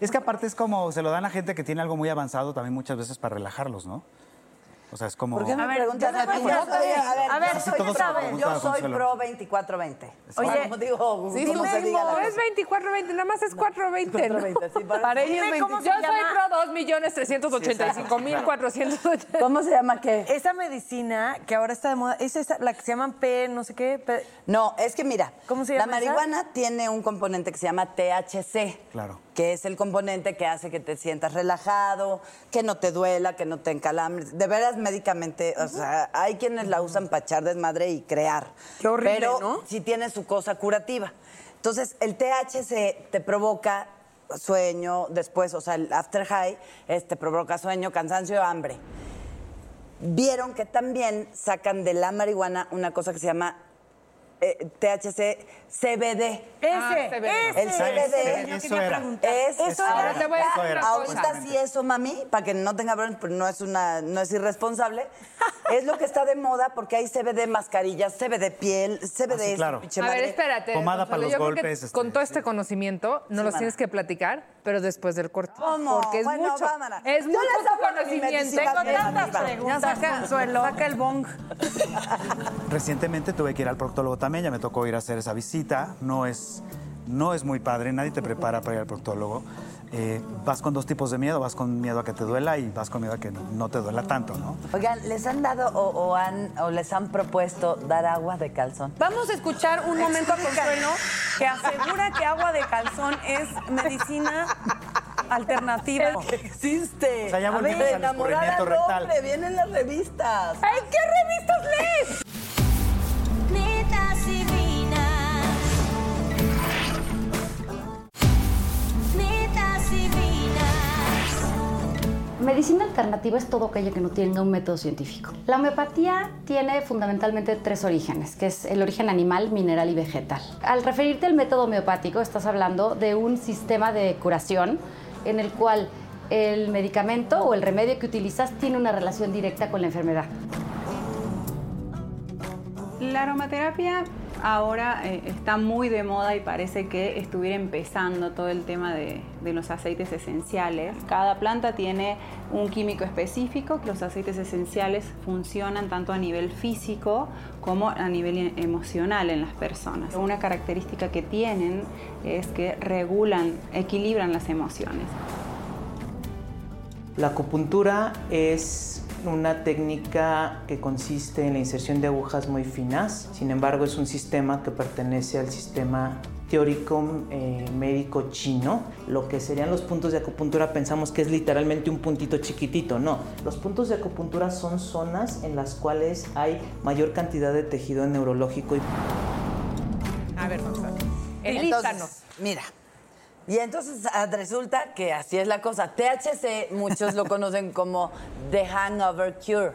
M: Es que aparte es como, se lo dan a gente que tiene algo muy avanzado también muchas veces para relajarlos, ¿no? O sea, es como...
I: ¿Por qué me
M: A ver,
I: preguntas
M: yo
I: a ti?
M: no voy a-
I: Yo soy- a ver,
M: A ver,
I: yo
M: sí,
I: soy
M: todos
I: otra
M: se
I: vez,
M: preguntan,
I: yo soy
M: Consuelo.
I: pro 2420.
G: Oye,
I: como digo,
G: Sí,
I: como se diga la
G: es 24.20, nada más es 4.20. ¿no?
I: Para ellos
G: Dime
I: 20.
G: cómo se Yo soy pro 2.385.480.
J: ¿Cómo se llama qué? Esa medicina que ahora está de moda, es esa, la que se llaman P, no sé qué.
I: No, es que mira,
J: ¿cómo se
I: La
J: llama? esa?
I: marihuana tiene un componente que se llama THC.
M: Claro.
I: que es el componente que hace que te sientas relajado, que no te duela, que no te encalambres. De veras, médicamente, o sea, hay quienes la usan para echar desmadre y crear.
H: Qué horrible,
I: Pero
H: ¿no?
I: sí tiene su cosa curativa. Entonces, el THC te provoca sueño, después, o sea, el after high es, te provoca sueño, cansancio, hambre. Vieron que también sacan de la marihuana una cosa que se llama eh, THC CBD.
J: Ese,
H: Ah,
J: ese,
I: el
J: ese,
M: eh,
I: CBD.
J: yo Eso quería era. preguntar.
I: Es,
J: Eso era.
I: ahora-
J: Ahora te voy a decir una cosa.
I: Ahorita sí eso, mami, para que no tenga problemas, pero no es una, no es irresponsable. es lo que está de moda porque hay CBD mascarillas, CBD piel, CBD.
M: sí, claro.
I: pinche
G: A ver,
I: madre.
G: espérate. Consuelo, yo creo que Con todo este conocimiento, no los tienes que platicar, pero después del corte.
I: ¿Cómo?
G: Porque es
I: Bueno,
G: mucho.
I: vámonos.
G: Es
I: Yo
G: mucho
I: les
G: tu
I: hablo de mi
G: conocimiento.
I: medicina alternativa.
J: Ya saca, saca el bong.
M: Recientemente tuve que ir al proctólogo también, ya me tocó ir a hacer esa visita. No es, no es muy padre, nadie te prepara para ir al proctólogo. Eh, vas con dos tipos de miedo, vas con miedo a que te duela y vas con miedo a que no te duela tanto, ¿no?
I: Oigan, ¿les han dado o, o han, o les han propuesto dar agua de calzón?
H: Vamos a escuchar un momento a Consuelo que asegura que agua de calzón es medicina alternativa.
I: existe.
H: O sea, ya
I: A
H: volvimos
I: ver,
H: al
I: enamorar al
H: escurrimiento rectal.
I: hombre, vienen las revistas.
H: ¡Ay, qué revistas lees!
E: Netas divinas. Netas divinas.
D: Medicina alternativa es todo aquello que no tenga un método científico. La homeopatía tiene fundamentalmente tres orígenes, que es el origen animal, mineral y vegetal. Al referirte al método homeopático, estás hablando de un sistema de curación en el cual el medicamento o el remedio que utilizas tiene una relación directa con la enfermedad.
N: La aromaterapia ahora eh, está muy de moda y parece que estuviera empezando todo el tema de, de los aceites esenciales. Cada planta tiene un químico específico, que los aceites esenciales funcionan tanto a nivel físico como a nivel e- emocional en las personas. Una característica que tienen es que regulan, equilibran las emociones.
O: La acupuntura es una técnica que consiste en la inserción de agujas muy finas, sin embargo es un sistema que pertenece al sistema teórico eh, médico chino. Lo que serían los puntos de acupuntura pensamos que es literalmente un puntito chiquitito, no. Los puntos de acupuntura son zonas en las cuales hay mayor cantidad de tejido neurológico. y-
G: A ver, Consuelo.
I: Entonces, mira. Y entonces ah, resulta que así es la cosa. THC, muchos lo conocen como The Hangover Cure.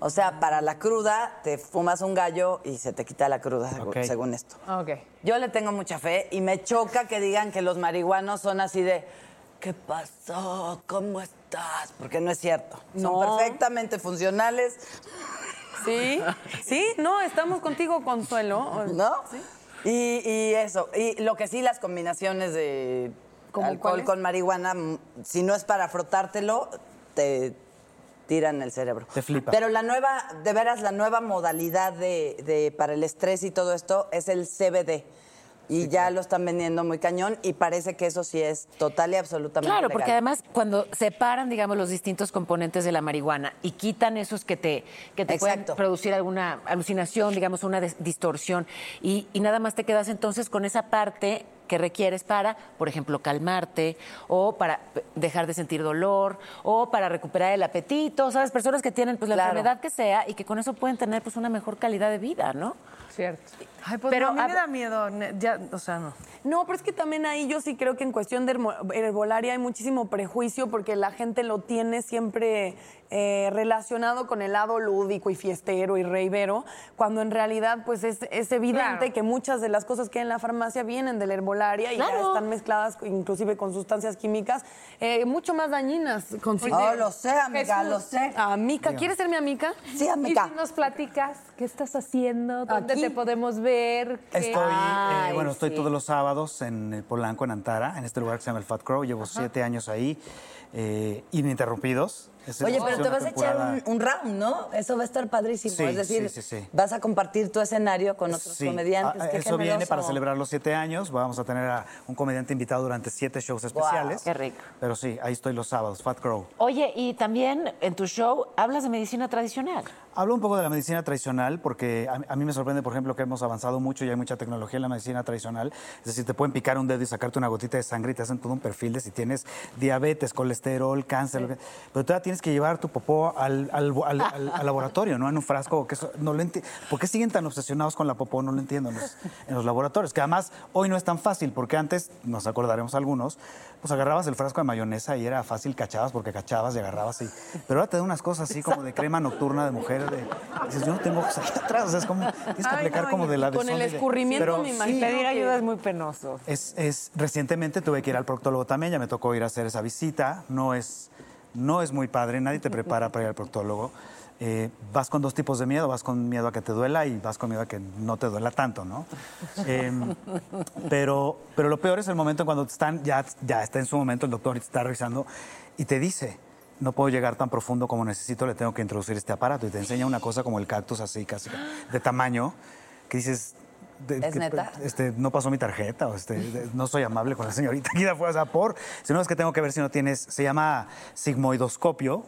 I: O sea, para la cruda te fumas un gallo y se te quita la cruda, segu-
K: Ok.
I: según esto.
G: Ok.
I: Yo le tengo mucha fe y me choca que digan que los marihuanos son así de, ¿qué pasó? ¿Cómo estás? Porque no es cierto.
H: No.
I: Son perfectamente funcionales.
H: Sí, sí, no, estamos contigo, Consuelo.
I: ¿No? Y, y eso. Y lo que sí, las combinaciones de
H: ¿Cómo
I: alcohol
H: cuáles?
I: con marihuana, mm, si no es para frotártelo, te tiran el cerebro.
M: Te flipa.
I: Pero la nueva, de veras, la nueva modalidad de, de- para el estrés y todo esto es el CBD. Y ya lo están vendiendo muy cañón y parece que eso sí es total y absolutamente
F: Claro,
I: legal.
F: porque además cuando separan, digamos, los distintos componentes de la marihuana y quitan esos que te, que te pueden producir alguna alucinación, digamos, una des- distorsión, y, y nada más te quedas entonces con esa parte que requieres para, por ejemplo, calmarte o para p- dejar de sentir dolor o para recuperar el apetito, ¿sabes? Personas que tienen pues la
J: Claro.
F: enfermedad que sea y que con eso pueden tener pues una mejor calidad de vida, ¿no?
G: Cierto.
J: Ay, pues
F: Pero
J: no, a mí
F: a-
J: me da miedo, ne- ya, o sea, no.
H: No, pero es que también ahí yo sí creo que en cuestión de hermo- herbolaria hay muchísimo prejuicio porque la gente lo tiene siempre eh, relacionado con el lado lúdico y fiestero y reivero, cuando en realidad pues es, es evidente
J: Claro.
H: que muchas de las cosas que hay en la farmacia vienen de la herbolaria y ya
I: Claro.
H: están mezcladas co- inclusive con sustancias químicas eh, mucho más dañinas. considero.
I: Oye, Oh, lo sé, amiga,
H: Jesús.
I: lo sé.
H: Amiga, ¿quieres ser mi amiga?
I: Sí,
G: Y si nos platicas, ¿qué estás haciendo? ¿Dónde
H: Aquí.
G: te podemos ver? ¿Qué-
M: Estoy, eh, bueno, estoy todos los sábados en el Polanco, en Antara, en este lugar que se llama el Fat Crow. Llevo siete años ahí, eh, ininterrumpidos. Es-
I: Oye,
M: es
I: pero te
M: una
I: vas a echar
M: temporada-
I: un, un round, ¿no? Eso va a estar padrísimo.
M: Sí,
I: es decir,
M: sí, sí, sí.
I: vas a compartir tu escenario con otros
M: Sí.
I: comediantes.
M: Ah,
I: Qué
M: eso viene
I: generoso.
M: para celebrar los siete años. Vamos a tener a un comediante invitado durante siete shows especiales.
F: qué rico.
M: Pero sí, ahí estoy los sábados, Fat Crow.
F: Oye, y también en tu show hablas de medicina tradicional.
M: Hablo un poco de la medicina tradicional porque a, a mí me sorprende, por ejemplo, que hemos avanzado mucho y hay mucha tecnología en la medicina tradicional. Es decir, te pueden picar un dedo y sacarte una gotita de sangre y te hacen todo un perfil de si tienes diabetes, colesterol, cáncer. lo que- Pero todavía tienes que llevar tu popó al, al- al- al- al laboratorio, ¿no? En un frasco. Que eso- no lo enti- ¿Por qué siguen tan obsesionados con la popó? No lo entiendo. En los, en los laboratorios. Que además hoy no es tan fácil porque antes, nos acordaremos algunos, pues agarrabas el frasco de mayonesa y era fácil, cachabas porque cachabas y agarrabas y... Pero ahora te da unas cosas así como de crema nocturna de mujer, de... Dices, yo no tengo ojos aquí atrás, o sea, es como... Tienes que
J: Ay,
M: aplicar
J: no,
M: como
J: y
M: de la...
J: Con
M: de
J: el
M: Sony de-
J: escurrimiento,
M: Pero
J: me
M: sí,
J: imagino. Pedir ayuda es muy penoso.
M: es, es- recientemente tuve que ir al proctólogo también, ya me tocó ir a hacer esa visita, no es, no es muy padre, nadie te prepara para ir al proctólogo. Eh, vas con dos tipos de miedo, vas con miedo a que te duela y vas con miedo a que no te duela tanto, ¿no? Em, pero, pero lo peor es el momento en cuando te están, ya, ya está en su momento, el doctor te está revisando y te dice, no puedo llegar tan profundo como necesito, le tengo que introducir este aparato. Y te enseña una cosa como el cactus así, casi de tamaño, que dices... de-
I: ¿Es
M: que-
I: neta?
M: Este, no pasó mi tarjeta, o este, de- no soy amable con la señorita aquí de afuera, o sea, por... Si no, es que tengo que ver si no tienes... Se llama sigmoidoscopio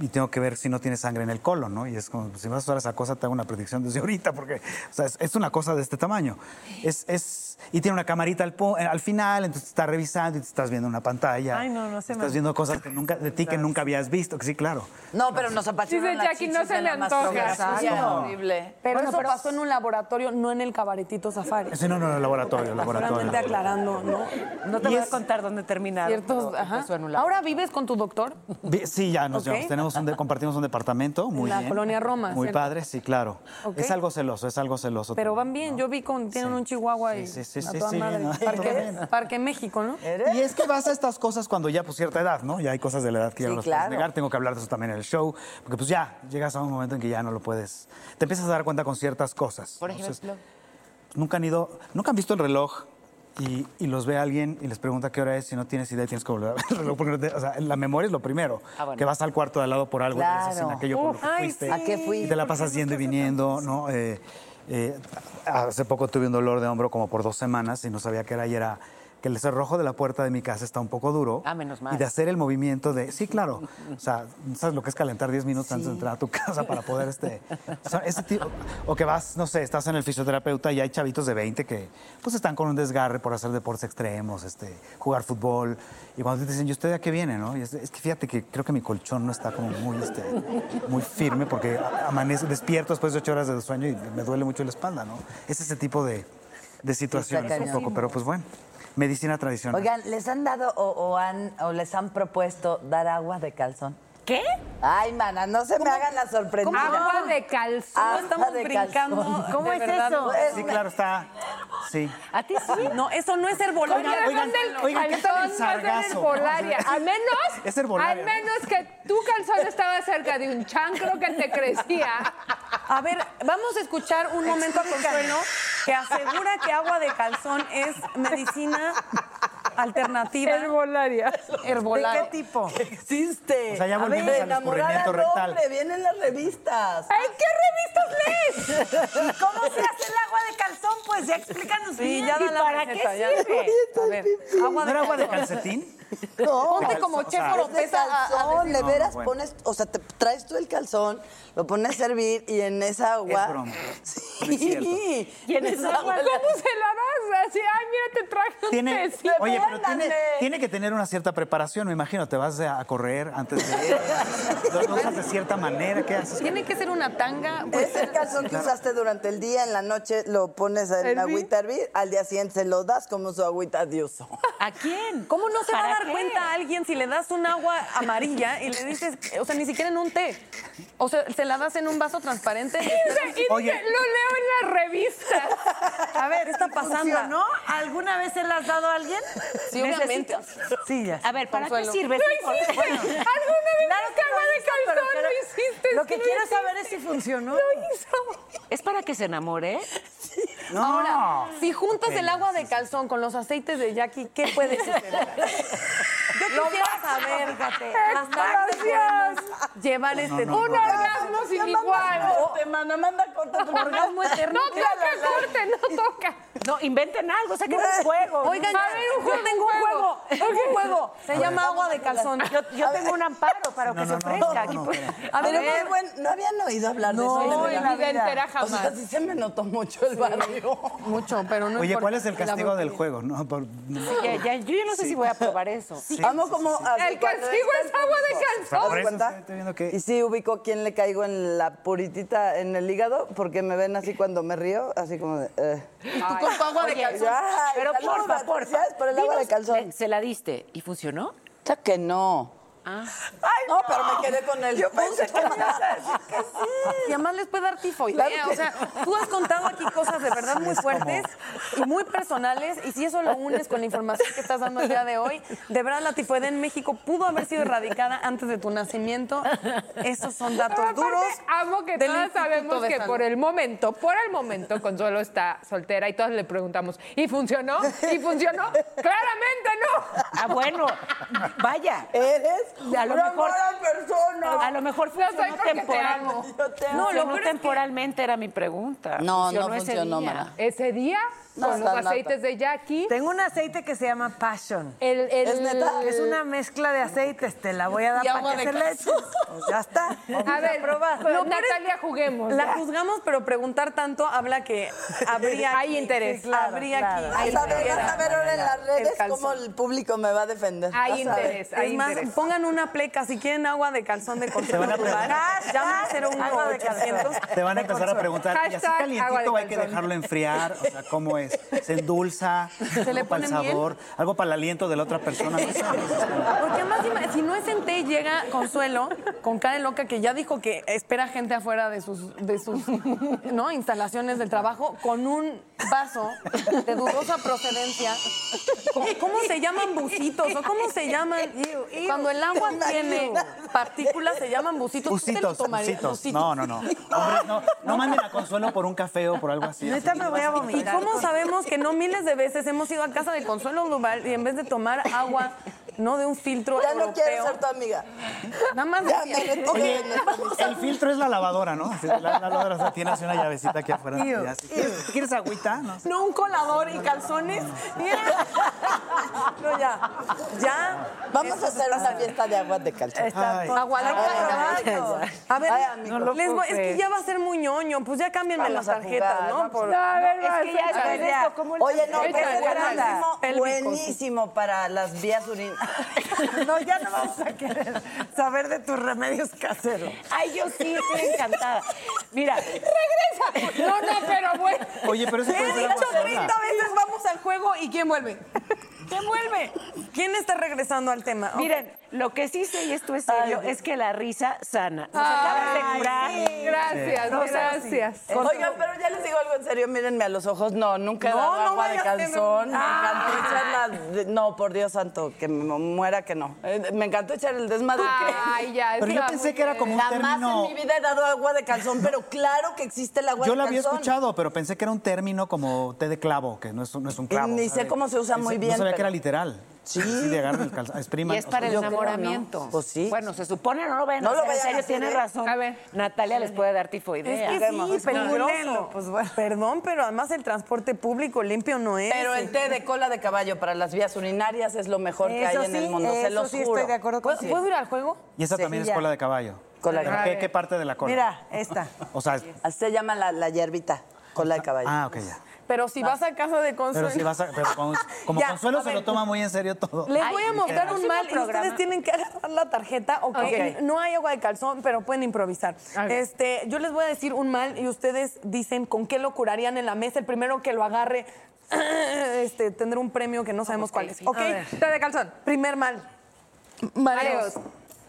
M: y tengo que ver si no tienes sangre en el colon, ¿no? Y es como, si vas a usar esa cosa, te hago una predicción desde ahorita, porque o sea, es, es una cosa de este tamaño. Es, es, y tiene una camarita al, po- eh, al final, entonces te está revisando y te estás viendo una pantalla.
J: Ay, no, no se me-
M: Estás viendo cosas que nunca, de ti que nunca habías visto, que sí, claro.
I: No, pero nos apachurran
H: Dice
I: las
H: Jackie, no
I: chichis
H: se
I: en
H: le
I: la
H: antoja.
I: mastografía.
H: Exacto.
I: Es horrible.
H: Pero
I: Bueno,
H: eso pasó en un laboratorio, no en el cabaretito safari.
M: Sí, no, no, no, laboratorio,
H: Solamente
M: laboratorio.
H: aclarando, ¿no?
J: No te voy a contar dónde terminaron.
H: Ciertos,
J: pero
H: ajá.
J: empezó en un lado.
H: Ahora vives con tu doctor
M: Vi- Sí, ya nos
H: Ok.
M: llevamos. Tenemos un de- compartimos un departamento, muy
H: en la
M: bien.
H: colonia Roma.
M: Muy
H: ¿cierto?
M: padre, sí, claro.
H: Ok.
M: Es algo celoso, es algo celoso.
H: Pero van bien, yo vi con tienen un chihuahua y
M: Sí, sí, sí,
H: a
M: sí,
H: toda
M: sí,
H: madre.
M: no, Eh,
H: Parque, Parque México, ¿no?
M: Y es que vas a estas cosas cuando ya pues cierta edad, ¿no? Ya hay cosas de la edad que ya
H: Sí,
M: no las
H: claro.
M: puedes negar. Tengo que hablar de eso también en el show, porque pues ya llegas a un momento en que ya no lo puedes. Te empiezas a dar cuenta con ciertas cosas.
F: Por
M: Entonces,
F: ejemplo.
M: nunca han ido, nunca han visto el reloj y, y los ve alguien y les pregunta qué hora es, si no tienes idea tienes que volver a ver el reloj. Porque no te- o sea, la memoria es lo primero,
I: Ah, bueno.
M: que vas al cuarto de al lado por algo,
I: Claro.
M: piensas en aquello por lo
I: Uf,
M: que
I: ay,
M: fuiste.
I: sí. ¿A qué fui?
M: Y te la pasas yendo y viniendo, ¿no? Eh, eh, hace poco tuve un dolor de hombro como por dos semanas y no sabía qué era y era que el cerrojo de la puerta de mi casa está un poco duro.
F: Ah, menos mal.
M: Y de hacer el movimiento de, sí, claro, o sea, ¿sabes lo que es calentar 10 minutos antes de entrar a tu casa para poder este... o sea, ese tipo- o que vas, no sé, estás en el fisioterapeuta y hay chavitos de 20 que pues están con un desgarre por hacer deportes extremos, este, jugar fútbol, y cuando te dicen, ¿y usted a qué viene, no? Y es, es que fíjate que creo que mi colchón no está como muy, este, muy firme porque a- amanezco, despierto después de ocho horas de sueño y me duele mucho la espalda, ¿no? Es ese tipo de, de situaciones un
I: cañón.
M: poco, pero pues bueno, medicina tradicional.
I: Oigan, ¿les han dado o, o han, o les han propuesto dar agua de calzón? ¿Qué? Ay, mana, no se me hagan la sorprendida.
G: Agua de calzón.
I: Agua
H: estamos
I: de
H: brincando.
I: calzón.
H: ¿Cómo De es verdad, eso? pues,
M: Sí, claro, está. Sí.
F: ¿A ti sí?
H: No, eso no es herbolaria.
G: Oigan, oigan, oigan, ¿qué tal el sargazo? herbolaria. A menos,
M: Es herbolaria.
G: al menos que tu calzón estaba cerca de un chancro que te crecía.
H: A ver, vamos a escuchar un momento a Consuelo que asegura que agua de calzón es medicina alternativa.
G: Herbolaria.
H: Herbolaria.
I: ¿De qué tipo? Existe.
M: O sea, ya volvimos al descubrimiento rectal.
I: doble, vienen las revistas.
G: ¡Ay,
I: qué revistas lees!
J: ¿Y cómo se hace el agua de calzón? Pues ya explícanos
H: Sí,
J: bien.
H: ya da
J: ¿Y
H: la
J: para
H: receta,
J: qué
H: ya.
J: sirve?
H: A ver,
M: ¿No
H: agua de
M: era agua de
H: calzón.
M: calcetín?
I: No,
H: Ponte como Chef
I: de
H: Oropesa a- a
I: calzón,
H: decir-
I: de
H: No,
I: veras
H: bueno.
I: pones, o sea, te traes tú el calzón, lo pones a hervir y en esa agua.
M: Es broma. es cierto.
I: Sí.
G: ¿Y en esa agua? ¿Cómo se la vas? Así, ay, mira, te traje un
M: Tiene,
G: tecito.
M: oye, pero tiene, tiene que tener una cierta preparación, me imagino. Te vas a a correr antes de Lo lo usas de cierta manera. ¿Qué haces?
H: Tiene que ser una tanga. pues,
I: Es el calzón que usaste durante el día, en la noche lo pones en
H: Hervir.
I: agüita a hervir, al día siguiente se lo das como su agüita de uso.
F: ¿A quién?
H: ¿Cómo no se va a
I: ¿Para
H: dar
I: qué?
H: cuenta a alguien si le das un agua amarilla y le dices, o sea, ni siquiera en un té? O sea, se la das en un vaso transparente. Y
G: dice, Oye. lo leo en la revista.
H: A ver, ¿qué está pasando?
J: ¿No? ¿Alguna vez se la has dado a alguien?
H: Sí, obviamente.
J: Sí, ya.
F: A ver, ¿para
J: Consuelo.
F: qué sirve?
J: Lo
F: esa
J: hiciste.
F: cosa?
J: Alguna vez
F: que
J: agua de
F: calzón,
J: pero-
F: lo hiciste.
J: Lo que quiero saber es si funcionó. Lo
F: hizo. ¿Es para que se enamore?
M: No. Ah,
H: Ahora, si juntas
F: Ok.
H: el agua de calzón con los aceites de Jackie, ¿qué puede suceder? Yo quisiera saber, Gate, hasta dónde podemos llevar
G: No,
H: este
G: no, no. Un orgasmo sin igual.
H: Te manda, manda corta tu orgasmo eterno.
G: No toca, corte, no toca.
F: No, inventen algo, saquen
H: Bueno.
F: un juego.
H: Oigan,
F: A
H: yo-
F: ver, un
H: yo
F: juego,
H: tengo un juego, tengo un juego. Se
F: A ver.
H: llama agua de calzón.
F: Yo, yo tengo un amparo para que se ofrezca. aquí.
I: A ver, qué buen- no habían oído hablar de
H: No,
I: eso.
H: en
I: de verdad.
H: la vida entera
I: O sea,
H: jamás.
I: sí se me notó mucho el barrio.
H: Mucho, pero no
M: Oye,
H: importa.
M: ¿cuál es el
H: La
M: castigo del
H: botella.
M: juego? No, por- no.
F: Ya, ya, yo ya no sé si voy a probar eso.
I: Amo como. así
G: El
I: cuando
G: castigo
I: está
G: es agua de
I: público.
G: calzón.
I: ¿Se dan cuenta? Y sí ubico quién le caigo en la puritita en el hígado, porque me ven así cuando me río, así como de. eh.
H: Tú con tu agua de calzón.
I: Ay,
F: Pero
I: saluda,
F: porfa, porfa.
I: felicidades por el agua de
F: Dinos,
I: calzón.
F: ¿le- ¿Se la diste y funcionó?
I: Ya que no.
H: Ah.
F: Ay,
I: no, pero me quedé con él. Yo pensé que me ibas a decir que
H: Y además les puede dar tifoidea.
I: Claro que
H: O sea, tú has contado aquí cosas de verdad muy fuertes y muy personales. Y si eso lo unes con la información que estás dando el día de hoy, de verdad la tifoidea en México pudo haber sido erradicada antes de tu nacimiento. Esos son datos
G: Aparte,
H: duros.
G: Amo que
H: del
G: todas
H: Instituto
G: sabemos
H: de
G: que
H: Salud.
G: por el momento, por el momento, Consuelo está soltera y todas le preguntamos, ¿y funcionó? ¿Y funcionó? Claramente no.
F: Ah, bueno, vaya.
I: Eres
F: a lo
I: una
F: mejor,
I: mala persona.
F: A lo mejor
G: soy
F: funcionó
G: porque te
F: temporal.
G: amo.
I: Yo te
F: No,
I: amo.
F: lo temporalmente era mi pregunta.
I: No, no
F: ese
I: funcionó,
F: día.
I: mana.
G: Ese día,
F: No,
G: con los
F: está loca.
G: aceites de Jackie,
J: Tengo un aceite que se llama Passion.
G: el, el-
J: Es una mezcla de aceites, te la voy a dar
H: Y agua
J: para que
H: de
J: se la eches. Pues ya está.
G: A ver,
H: Lo
G: no,
H: peor es-
G: Natalia, juguemos.
H: La juzgamos, pero preguntar tanto habla que habría
G: Hay interés.
H: Sí, claro, habría
G: claro.
H: aquí.
I: Vas a ver, vas a ver ahora en las redes
H: calzón.
I: cómo el público me va a defender.
G: Hay
I: Vas a ver.
G: interés, hay
H: es más,
G: interés.
H: pongan una pleca. Si quieren agua de calzón de consuelo,
M: van a preguntar.
H: llaman a 01800.
M: Te van a empezar a preguntar, ¿y así
G: Hashtag agua de
M: calientito o hay que
G: calzón.
M: dejarlo enfriar? O sea, ¿cómo es? ¿Se endulza?
H: ¿Se le
M: ¿Algo para el
H: pone miel?
M: sabor? ¿Algo para el aliento de la otra persona? No sé.
H: Porque además, ima- si no es en té, llega Consuelo con cara de loca que ya dijo que espera gente afuera de sus, de sus ¿no? instalaciones del trabajo con un vaso de dudosa procedencia. ¿Cómo, cómo se llaman bucitos o cómo se llaman? Cuando el agua tiene partículas, se llaman bucitos. ¿Tú te lo
M: Bucitos,
H: tomarías?
M: bucitos.
H: Bucitos.
M: No, no, no. Hombre, no, no manden a Consuelo por un café o por algo así.
J: Neta, me voy a
H: ¿Y
J: vomitar.
H: cómo sabemos que no miles de veces hemos ido a casa de Consuelo Global y en vez de tomar agua, no de un filtro
I: Ya no
H: europeo?
I: quiero ser tu amiga.
H: Nada más
I: Ya
H: decía-
I: me retiré.
M: Oye, el filtro es la lavadora, ¿no? La, la lavadora, o sea, tiene así una llavecita aquí afuera.
H: Ew,
M: Ya, si ¿Quieres, quieres agüita? No.
H: No, un colador y calzones. No, ya. Ya.
I: Vamos a hacer una fiesta de aguas de calzón.
J: Está
I: Ay.
H: Agua de
I: Ay, ay, ay,
H: calzón.
I: ay.
H: A ver,
I: Ay, amigo.
H: no lo les voy- es que ya va a ser muy ñoño. Pues ya cámbienme
I: Vamos
H: las
I: a
H: tarjetas,
I: jugar,
H: ¿no?
I: vamos
H: Por-
I: a
F: ver,
H: No,
F: vas,
H: es que ya
F: échale,
H: después de
F: ya.
H: esto, ¿cómo le-
I: Oye, no,
H: Échale,
I: pero
H: échale.
I: buenísimo,
H: Pélvicos.
I: buenísimo para las vías urinarias.
J: No, ya no vamos a querer saber de tus remedios caseros.
F: Ay, yo sí, estoy encantada. Mira,
G: No, no, pero bueno.
M: Oye, pero eso
J: Te
M: puede
J: he
M: ser
J: dicho
M: agua sola.
J: 30 veces, vamos
H: Vamos al juego y ¿quién vuelve? ¿Quién vuelve? ¿Quién está regresando al tema? Ah,
F: Miren, lo que sí sé, y esto es serio, es que la risa sana. Nos
H: Ay,
F: acabas de curar.
H: sí. Gracias,
F: Nos-
H: gracias.
F: Con-
I: Eh, Oigan, pero ya les digo algo en serio, mírenme a los ojos. No, nunca he No, dado no agua de vayas a tener- calzón. Me Ah. encantó echar la de- No, por Dios santo, que me muera que no. Eh, Me encantó echar el desmadre.
G: Ay, ya,
M: Pero yo pensé que era como un
I: Jamás
M: término-
I: en mi vida he dado agua de calzón, pero claro que existe el agua
M: Yo
I: de
M: la
I: calzón.
M: había escuchado, pero pensé que era un término como té de clavo, que no es, un- no es un clavo.
I: Ni sé cómo se usa
M: Pensé-
I: muy
M: No
I: bien,
M: sabía que
I: pero-
M: era literal. Sí. de agarrar el calzón.
F: Y es para el enamoramiento.
I: Pues sí.
F: Bueno, se supone, no lo vayan
I: No
F: a
I: lo
F: hacer, en
I: vayan a
F: serio,
I: hacer,
F: tiene
I: ¿eh?
F: razón. Natalia les puede dar tifoidea.
H: Es que sí, peligroso.
F: pues,
H: Perdón, pero además el transporte público limpio no es.
I: Pero el té de cola de caballo para las vías urinarias es lo mejor que hay en el mundo, se los juro. Pues,
H: ¿Puedo, ¿puedo ir al juego?
M: Y esa
I: Sí,
M: también
I: ya.
M: es cola de caballo.
I: Cola de
M: ¿Pero
I: caballo.
M: ¿Qué, qué parte de la cola?
I: Mira, esta.
M: O sea,
I: Así se llama la, la hierbita, cola de caballo.
M: ah, ok, ya.
H: Pero si vas a casa de Consuelo.
M: Pero si vas a, pero con- como
H: Ya,
M: Consuelo
H: a
M: se
H: ver.
M: lo toma muy en serio todo.
H: Les voy a mostrar
M: Literal.
H: un mal y ustedes tienen que agarrar la tarjeta. o que
M: Ok.
H: No hay agua de calzón, pero pueden improvisar. Este, yo les voy a decir un mal y ustedes dicen con qué lo curarían en la mesa. El primero que lo agarre este, tendrá un premio que no sabemos cuál es. ¿Ok?
J: A ver.
H: Té de calzón. Primer mal. Mareos.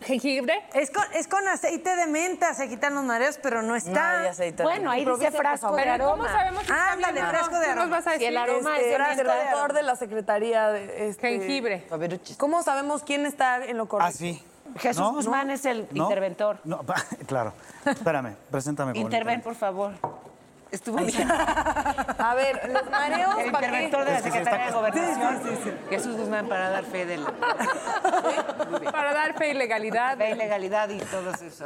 G: ¿Jengibre?
J: Es con, es con aceite de menta, se quitan los mareos, pero no está.
I: hay aceite de Bueno, menta. ahí dice
J: Improvisa, por
I: frasco
J: favor.
I: de Pero ¿cómo aroma? sabemos si está
J: Ándale,
I: bien o no?
J: frasco de
I: Tú nos
J: aroma.
I: vas a decir.
H: Este, director
J: aroma.
H: de la Secretaría de este,
J: Jengibre.
H: ¿Cómo sabemos quién está en lo correcto?
M: Ah, sí.
H: Jesús Guzmán
F: es el
H: interventor.
M: No, pa- claro. Espérame, preséntame. como
F: Interven, por favor. Estuvo bien.
H: A ver, los mareos,
F: El
H: ¿pa' qué?
F: interventor de la
H: Es que se
F: Secretaría de
H: está-
F: Gobernación. Jesús Guzmán para dar fe de la...
G: Para dar fe y legalidad.
F: Fe y legalidad y todo eso.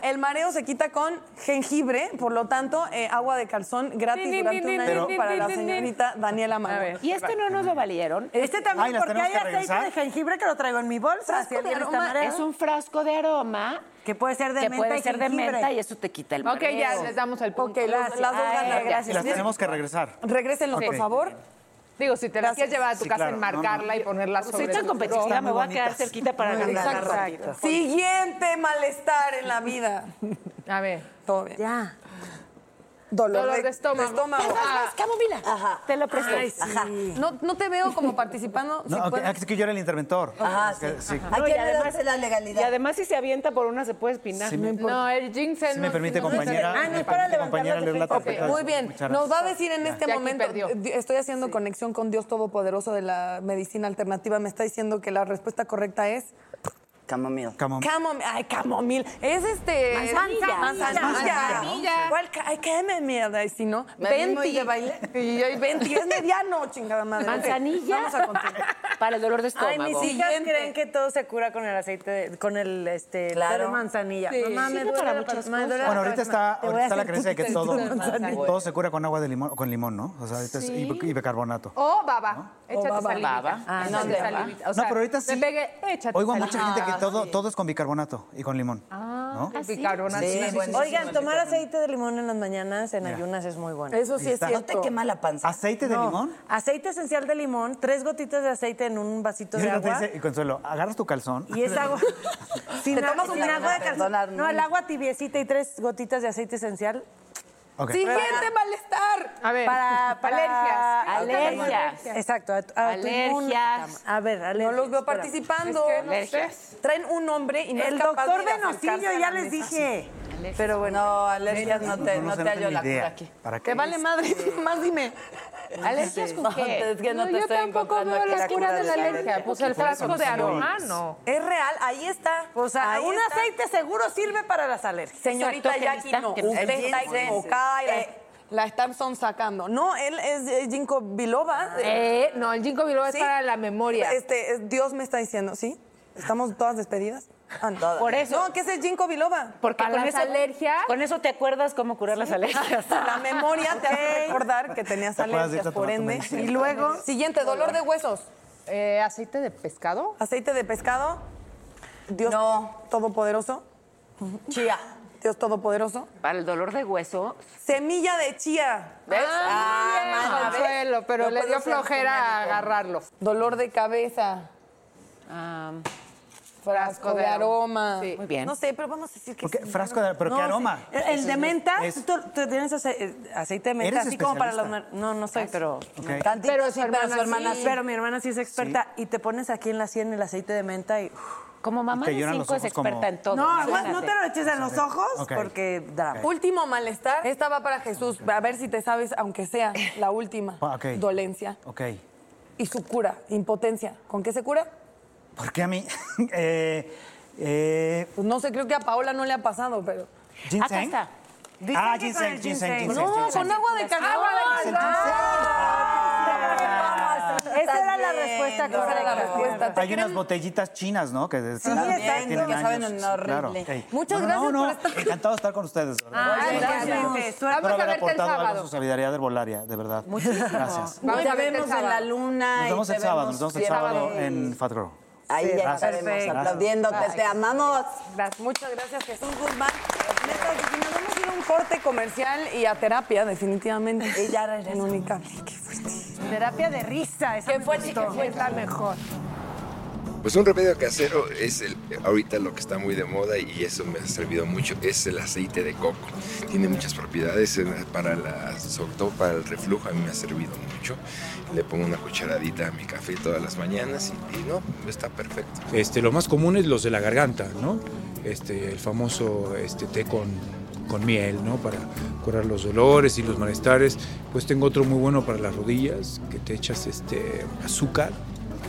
H: El mareo se quita con jengibre, por lo tanto, eh, agua de calzón gratis
F: Tin, tin,
H: durante
F: tin,
H: un
F: tin,
H: año
F: tin,
H: para
F: tin,
H: la
F: tin, tin.
H: señorita Daniela Manuel.
F: Y este no nos lo valieron.
J: Este también,
F: Ay, ¿las
J: porque hay
F: tenemos que
J: aceite
F: regresar?
J: de jengibre que lo traigo en mi bolsa. si alguien está mareado.
F: es un frasco de aroma
J: que puede ser de
F: que
J: menta
F: puede
J: y
F: ser de
J: jengibre.
F: menta y eso te quita el
G: Ok, ya les damos el punto.
H: las- las dos
G: Ay,
H: ganas.
M: Y las tenemos que regresar.
H: Regrésenlos,
G: Sí.
H: por favor.
G: Digo, si te la quieres llevar a tu
M: Sí,
G: casa,
M: claro. No,
G: enmarcarla
M: no.
G: y
J: Pues,
G: ponerla
M: Soy
G: sobre
M: tan
G: tu
M: competitiva,
G: buró.
M: me voy a quedar Están muy cerquita
F: para
G: Muy
F: ganarla
G: exacto.
F: rápido.
H: Siguiente malestar en la vida.
G: A ver.
H: Todo bien.
J: Ya.
H: Dolor,
G: Dolor de estómago. Ah.
H: Ajá.
F: Te lo
G: presto.
H: Ajá. No, no te veo como participando.
M: No,
H: si
M: ok,
H: puedes.
M: es que yo era el interventor.
I: Ah,
H: Ajá,
M: Es que- sí.
F: No, y además-
H: la legalidad?
F: Y además, si se avienta por una, se puede espinar.
M: Sí me-
G: No, el ginseng.
M: Si me
G: no-
M: permite,
G: no se-
M: compañera,
G: Ah, no,
M: me
G: es
M: permite,
G: levantar
M: compañera,
G: las
M: leer la
G: defensas.
M: tarjeta.
H: Muy bien.
M: Muchas
H: Nos va a
M: gracias.
H: decir en este
G: Ya aquí
H: momento,
G: perdió.
H: di- estoy haciendo conexión con Dios Todopoderoso de la medicina alternativa, me está diciendo que la respuesta correcta es
I: Camomil.
H: camomil. Ay, camomil. Es este
I: Manzanilla.
H: manzanilla.
I: Manzanilla.
H: ¿Cuál ca- Ay, qué me mierda, y si no,
I: Me animo y
H: venti.
I: de baile.
H: Y hoy venti es mediano, chingada madre.
J: Manzanilla.
H: Vamos a continuar.
F: Para el dolor de estómago.
J: Ay, mis hijas creen que todo se cura con el aceite, de- con el este, té de
F: Claro.
J: manzanilla.
F: Sí.
J: Mamá, me
F: Sirve
J: duele
F: para
J: la
F: muchas
J: pa- me duele la
M: Bueno, ahorita
J: cabeza.
M: está,
J: Te voy
M: ahorita
J: a
M: está la
J: hacer
M: creencia de que
J: tutito de
M: todo,
J: manzanilla.
M: todo se cura con agua de limón, con limón, ¿no? O sea, ahorita es- y-
G: Sí.
M: y bicarbonato.
G: O baba. Échate
M: baba.
G: salivita.
M: Baba. Ah,
G: Échate
M: sí, baba.
G: salivita.
M: No, pero ahorita
G: te
M: sí.
G: pegue, échate
M: Oigo a mucha
G: salivita.
M: gente que todo, todo es con bicarbonato y con limón.
G: Ah,
M: ¿no?
G: el bicarbonato.
M: Sí, sí, sí, sí,
J: Oigan,
M: sí.
J: tomar aceite de limón en las mañanas, en
M: Mira.
J: ayunas, es muy bueno.
M: Eso sí Ahí es está. cierto. ¿No te quema
I: la panza?
M: ¿Aceite de limón?
J: Aceite esencial de limón, tres gotitas de aceite en un vasito
M: Y
J: de
M: ahorita te
J: agua.
M: dice, y Consuelo, agarras tu calzón.
J: Y es agua. sin
M: Te
J: agua,
M: tomas un
J: sin
M: taco,
J: agua de calzón.
M: perdonar,
J: No,
M: no.
J: el agua tibiecita y tres gotitas de aceite esencial.
M: Ok.
H: Siguiente malestar.
G: A ver.
J: Para, para-
F: Alergias. Ah, Alergias.
J: Exacto. a tu- a tu inmun-
F: Alergias.
J: A ver, alergias.
H: No los veo participando. Traen un nombre y no
J: El
H: es capaz
J: doctor
H: de ir a acercarse
J: Venosillo,
H: a la
J: ya les
H: mesa.
J: dije.
I: Pero bueno. No, alergias no te, no
M: sé,
I: te hallo
M: tengo
I: la
M: idea.
I: cura aquí.
M: ¿Para
H: Te
M: qué?
H: vale madre, más dime.
I: ¿Alergias con
H: No,
I: qué?
H: es que no
I: No,
H: te
I: yo
H: estoy
I: tampoco
H: encontrando
I: veo la
H: aquí
I: cura de la
G: alergia. Pues el
H: Por eso
G: frasco de
H: soy-
G: aroma, no.
H: Es real, ahí está. O sea,
J: un aceite seguro sirve para las alergias.
H: Señorita Jackie, no. Usted está Eh, equivocada. y la- La están sonsacando. No, él es eh, ginkgo
F: Ah,
H: biloba.
G: Eh, no, el ginkgo biloba es para la memoria.
H: Este, es- Dios me está diciendo, ¿sí? ¿Estamos todas despedidas? Ah, no.
F: Por eso.
H: No, ¿qué es el ginkgo biloba?
F: Porque
H: Para
F: con
H: las
F: eso,
G: alergias.
F: Con eso te acuerdas cómo curar las alergias.
H: La memoria te hace
F: Ok.
H: recordar que tenías
F: ¿Te acuerdas de
H: alergias,
F: irte a
H: por
F: tomar tu
H: ende.
F: medicina?
H: Siguiente, dolor de huesos. Eh,
G: ¿Aceite de pescado?
H: ¿Aceite de pescado? Dios Todopoderoso. Chía. Dios Todopoderoso.
F: Para el dolor de hueso.
H: Semilla de chía.
G: ¿Ves?
H: Ah,
G: Ah,
H: mana, ¿ves?
G: Consuelo, pero
H: No
G: le
H: puedo
G: dio
H: ser
G: flojera
H: genérico.
G: agarrarlo.
H: Dolor de cabeza. Frasco
K: de
H: de
K: aroma.
H: aroma.
K: Muy bien.
J: No sé, pero vamos a decir que
M: Porque
J: sí.
M: frasco de- pero ¿qué
J: sí.
M: aroma?
J: El- El de menta, tú, tú tienes ace- eh, aceite de menta,
M: Eres
J: así como para la...
M: especialista.
J: No, no soy, pero...
M: Ok.
J: Tantito,
H: Pero su hermana sí.
J: Pero mi hermana sí es experta y te pones aquí en la sien el aceite de menta y... Como
F: mamá Te de lloran los cinco es ojos experta como- en todo,
J: No, además
F: imagínate.
J: no te lo eches en los ojos
F: Ok.
J: porque drama.
H: Último malestar. Esta va para Jesús. A ver si te sabes, aunque sea la última
M: Ah, ok.
H: dolencia.
M: Ok.
H: Y su cura, impotencia. ¿Con qué se cura?
M: ¿Por qué a mí? eh, eh,
H: Pues no sé, creo que a Paola no le ha pasado, pero.
M: ¿Ginseng? Acá está.
H: Dicen
M: Ah,
H: que con
M: ginseng,
H: el
M: ginseng, ginseng,
H: No,
M: ginseng.
H: con agua de cajón.
J: Agua de cajón. Esa era la
H: También,
J: respuesta
H: no,
J: correcta.
H: no, no, no.
M: Hay unas botellitas chinas, ¿no? Que, de-
J: Ah, Sí, exacto.
M: tienen
J: Que saben
M: años.
J: horrible.
M: Claro, ok.
J: Muchas
M: No, no,
J: gracias por
M: no. Encantado de estar con ustedes. de verdad.
J: Ay,
M: Espero
J: gracias. Suerte.
M: haber
J: Vamos a verte el
M: aportado algo a
J: sábado.
M: su solidaridad herbolaria, de verdad.
J: Muchísimo.
M: Gracias.
J: Vamos
I: Nos
J: a verte el
I: vemos en
J: sábado.
I: la luna.
M: Nos
I: y
M: vemos
I: te
M: el sábado, nos vemos el sábado
I: siempre.
M: en Fat Girl.
I: Ahí
M: Sí,
I: ya
M: gracias.
I: estaremos
M: Perfecto.
I: aplaudiéndote.
M: Bye.
I: Te amamos.
H: Muchas gracias, Jesús Guzmán. Neta, nos vamos a ir a un corte comercial y a terapia, definitivamente. Y ya regresó. Qué fuerte.
J: Terapia de risa. Esa
H: Que fue,
J: gustó.
H: que fue la mejor.
P: Pues un remedio casero es el, ahorita lo que está muy de moda y eso me ha servido mucho, es el aceite de coco. Tiene muchas propiedades, eh, para la, sobre todo para el reflujo, a mí me ha servido mucho. Le pongo una cucharadita a mi café todas las mañanas y, y no, está perfecto.
Q: Este, lo más común es los de la garganta, ¿no? Este, el famoso este, té con, con miel, ¿no? Para curar los dolores y los malestares. Pues tengo otro muy bueno para las rodillas, que te echas este, azúcar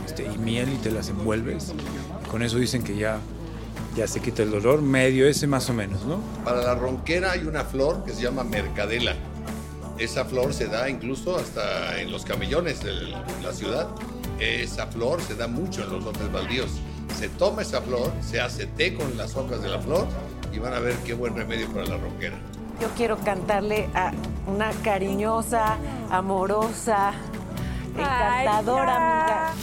Q: este, y miel y te las envuelves. Con eso dicen que ya, ya se quita el dolor, medio ese más o menos, ¿no?
R: Para la ronquera hay una flor que se llama mercadela. Esa flor se da incluso hasta en los camellones de la ciudad. Esa flor se da mucho en los lotes baldíos. Se toma esa flor, se hace té con las hojas de la flor y van a ver qué buen remedio para la ronquera.
F: Yo quiero cantarle a una cariñosa, amorosa, encantadora amiga.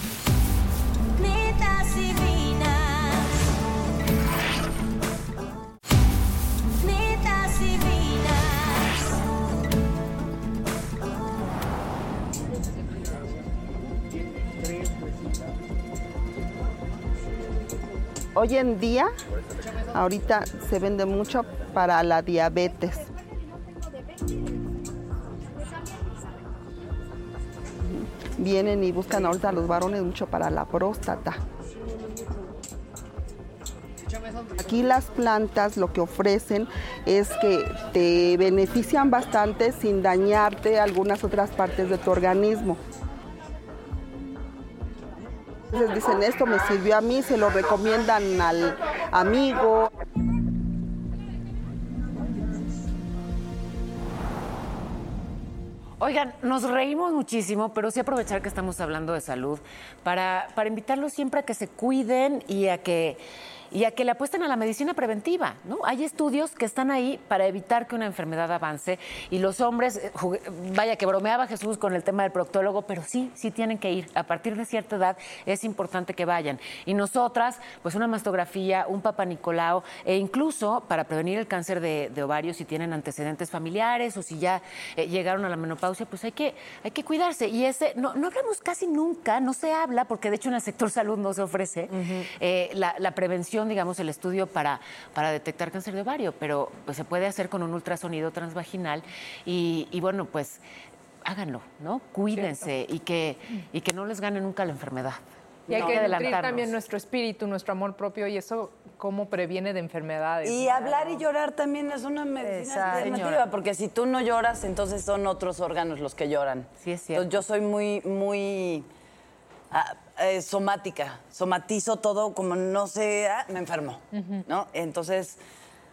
E: Netas divinas. Netas divinas.
S: Hoy en día, ahorita se vende mucho para la diabetes. Vienen y buscan ahorita los varones mucho para la próstata. Aquí las plantas lo que ofrecen es que te benefician bastante sin dañarte algunas otras partes de tu organismo. Entonces dicen, esto me sirvió a mí, se lo recomiendan al amigo.
F: Oigan, nos reímos muchísimo, pero sí aprovechar que estamos hablando de salud para, para invitarlos siempre a que se cuiden y a que, y a que le apuesten a la medicina preventiva, ¿no? Hay estudios que están ahí para evitar que una enfermedad avance y los hombres, eh, jugue- vaya que bromeaba Jesús con el tema del proctólogo, pero sí, sí tienen que ir. A partir de cierta edad es importante que vayan. Y nosotras, pues una mastografía, un papá Nicolau e incluso para prevenir el cáncer de, de ovario si tienen antecedentes familiares o si ya eh, llegaron a la menopausia, pues hay que, hay que cuidarse. Y ese, no, no hablamos casi nunca, no se habla, porque de hecho en el sector salud no se ofrece eh, la, la prevención, digamos, el estudio para, para detectar cáncer de ovario, pero pues, se puede hacer con un ultrasonido transvaginal y, y, bueno, pues háganlo, ¿no? Cuídense y que, y que no les gane nunca la enfermedad.
G: Y hay
F: No.
G: que nutrir
F: adelantarnos.
G: también nuestro espíritu, nuestro amor propio y eso cómo previene de enfermedades.
I: Y hablar y llorar también es una medicina alternativa,
G: señora.
I: porque si tú no lloras, entonces son otros órganos los que lloran. Sí, es cierto. yo soy muy, muy ah, eh, somática, somatizo todo como no sé, ah, me enfermo, ¿no? Entonces,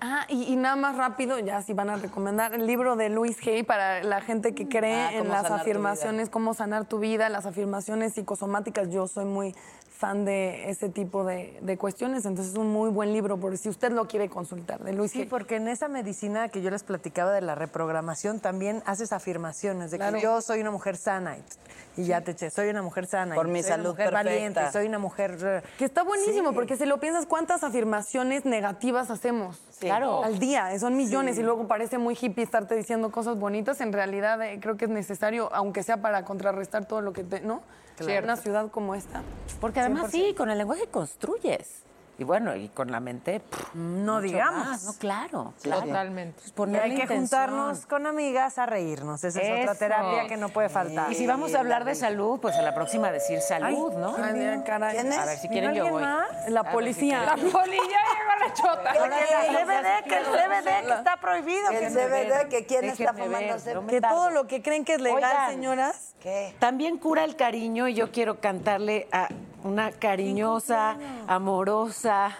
H: Ah, y, y nada más rápido, ya si van a recomendar el libro de Luis Hay para la gente que cree
I: Ah,
H: en
I: cómo
H: las
I: sanar tu
H: afirmaciones, cómo sanar tu vida, las afirmaciones psicosomáticas. Yo soy muy fan de ese tipo de, de cuestiones, entonces es un muy buen libro por si usted lo quiere consultar de Luis
J: Sí,
H: Hay.
J: porque en esa medicina que yo les platicaba de la reprogramación también haces afirmaciones de
H: Claro.
J: que yo soy una mujer sana y, y ya te eché, soy una mujer sana. y
H: Por mi
J: soy una
H: salud
J: mujer
H: perfecta.
J: valiente, y soy una mujer... eh,
H: Que está buenísimo, porque si lo piensas, ¿cuántas afirmaciones negativas hacemos?
J: Claro.
H: Al día, son millones
J: Sí.
H: y luego parece muy hippie estarte diciendo cosas bonitas. En realidad eh, creo que es necesario, aunque sea para contrarrestar todo lo que te... ¿No?
F: Claro.
H: En una ciudad como esta.
F: Porque además sí, con el lenguaje construyes. Y bueno, y con la mente, pff,
J: No
F: mucho
J: digamos.
F: más, No, claro,
J: Sí,
F: claro.
J: totalmente.
F: Pues
J: Y
F: ponerle
J: hay que
F: intención.
J: juntarnos con amigas a reírnos. Esa es otra
F: Eso.
J: terapia que no puede faltar.
F: Y si vamos a hablar de salud, pues a la próxima decir salud,
J: Ay,
F: ¿no?
J: ay, mira, caray. ¿Quién
F: A
J: es?
F: ver si
J: ¿Vino
F: quieren yo
J: alguien
F: voy.
J: más? La
F: A ver si
J: policía.
F: quieren.
J: La
G: Poli, ya llegó la chota.
J: Ahora que el CBD, que el CBD que está prohibido.
I: El
J: que no-
I: CBD, que quién
J: Déjenme
I: está
J: ver,
I: fumando
J: no
I: CBD.
J: me tardo.
F: lo que creen que es legal,
J: señoras.
F: También cura el cariño y yo quiero cantarle a una cariñosa, amorosa,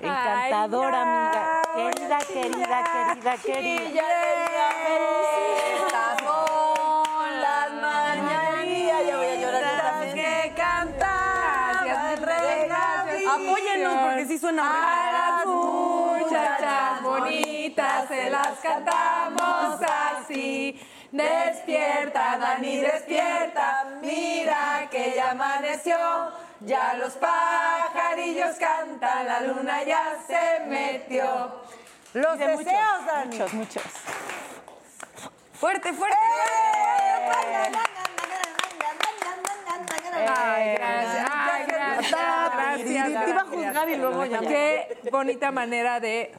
F: encantadora amiga. Querida, querida, querida, querida.
I: las mañanitas. Ya voy a llorar yo también.
J: que cantar.
H: Apóyennos porque sí suena
J: A las muchachas
G: bonitas se las cantamos así.
J: Despierta, Dani, despierta. Mira que ya amaneció. Ya los pajarillos cantan, la luna ya se metió. Los deseos, Dani. Muchos, muchos.
H: Fuerte, fuerte, Eh,
G: Ay, gracias. Ay, gracias.
J: Eh, ah, Te iba a juzgar y luego ya me-
G: Qué bonita manera de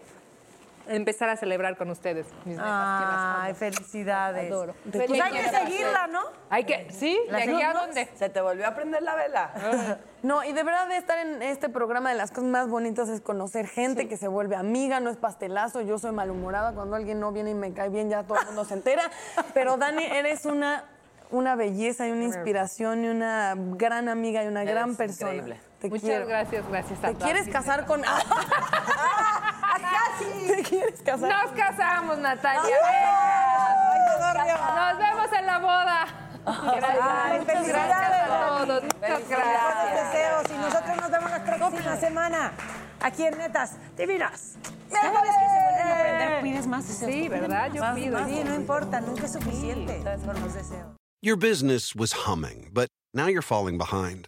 G: empezar a celebrar con ustedes. mis netas, que las
J: Ay, felicidades.
G: Adoro.
J: Pues hay que seguirla, ¿no?
G: Hay que, sí,
J: ¿La
G: de aquí a
J: seguimos?
G: dónde.
I: Se te volvió a prender la
J: Ah.
I: vela.
H: No, y de verdad de estar en este programa de las cosas más bonitas es conocer gente que se vuelve amiga, no es pastelazo, yo soy malhumorada, cuando alguien no viene y me cae bien ya todo el mundo se entera, pero Dani, eres una, una belleza y una inspiración y una gran amiga y una
G: Eres
H: gran persona.
G: increíble.
H: Te
G: Muchas
H: quiero.
G: gracias, gracias. a
H: ¿Te
G: todas
H: quieres
G: mis Ah,
H: casar con... Ah,
G: ¡Casi!
H: ¿Te quieres casar?
G: Nos casamos, Natalia.
H: ¡Ay,
G: Nos vemos en la boda. Gracias.
J: Ay,
G: Muchas gracias a todos. Muchas
J: Buenos
G: gracias.
J: deseos y nosotros nos vemos la próxima semana aquí en Netas Divinas. Cada vez que se vuelven a aprender, pides más deseos.
G: Sí, ¿verdad? Yo
J: Más,
G: pido.
J: más. Sí, no importa, nunca es suficiente por los deseos.
L: Your business was humming, but now you're falling behind.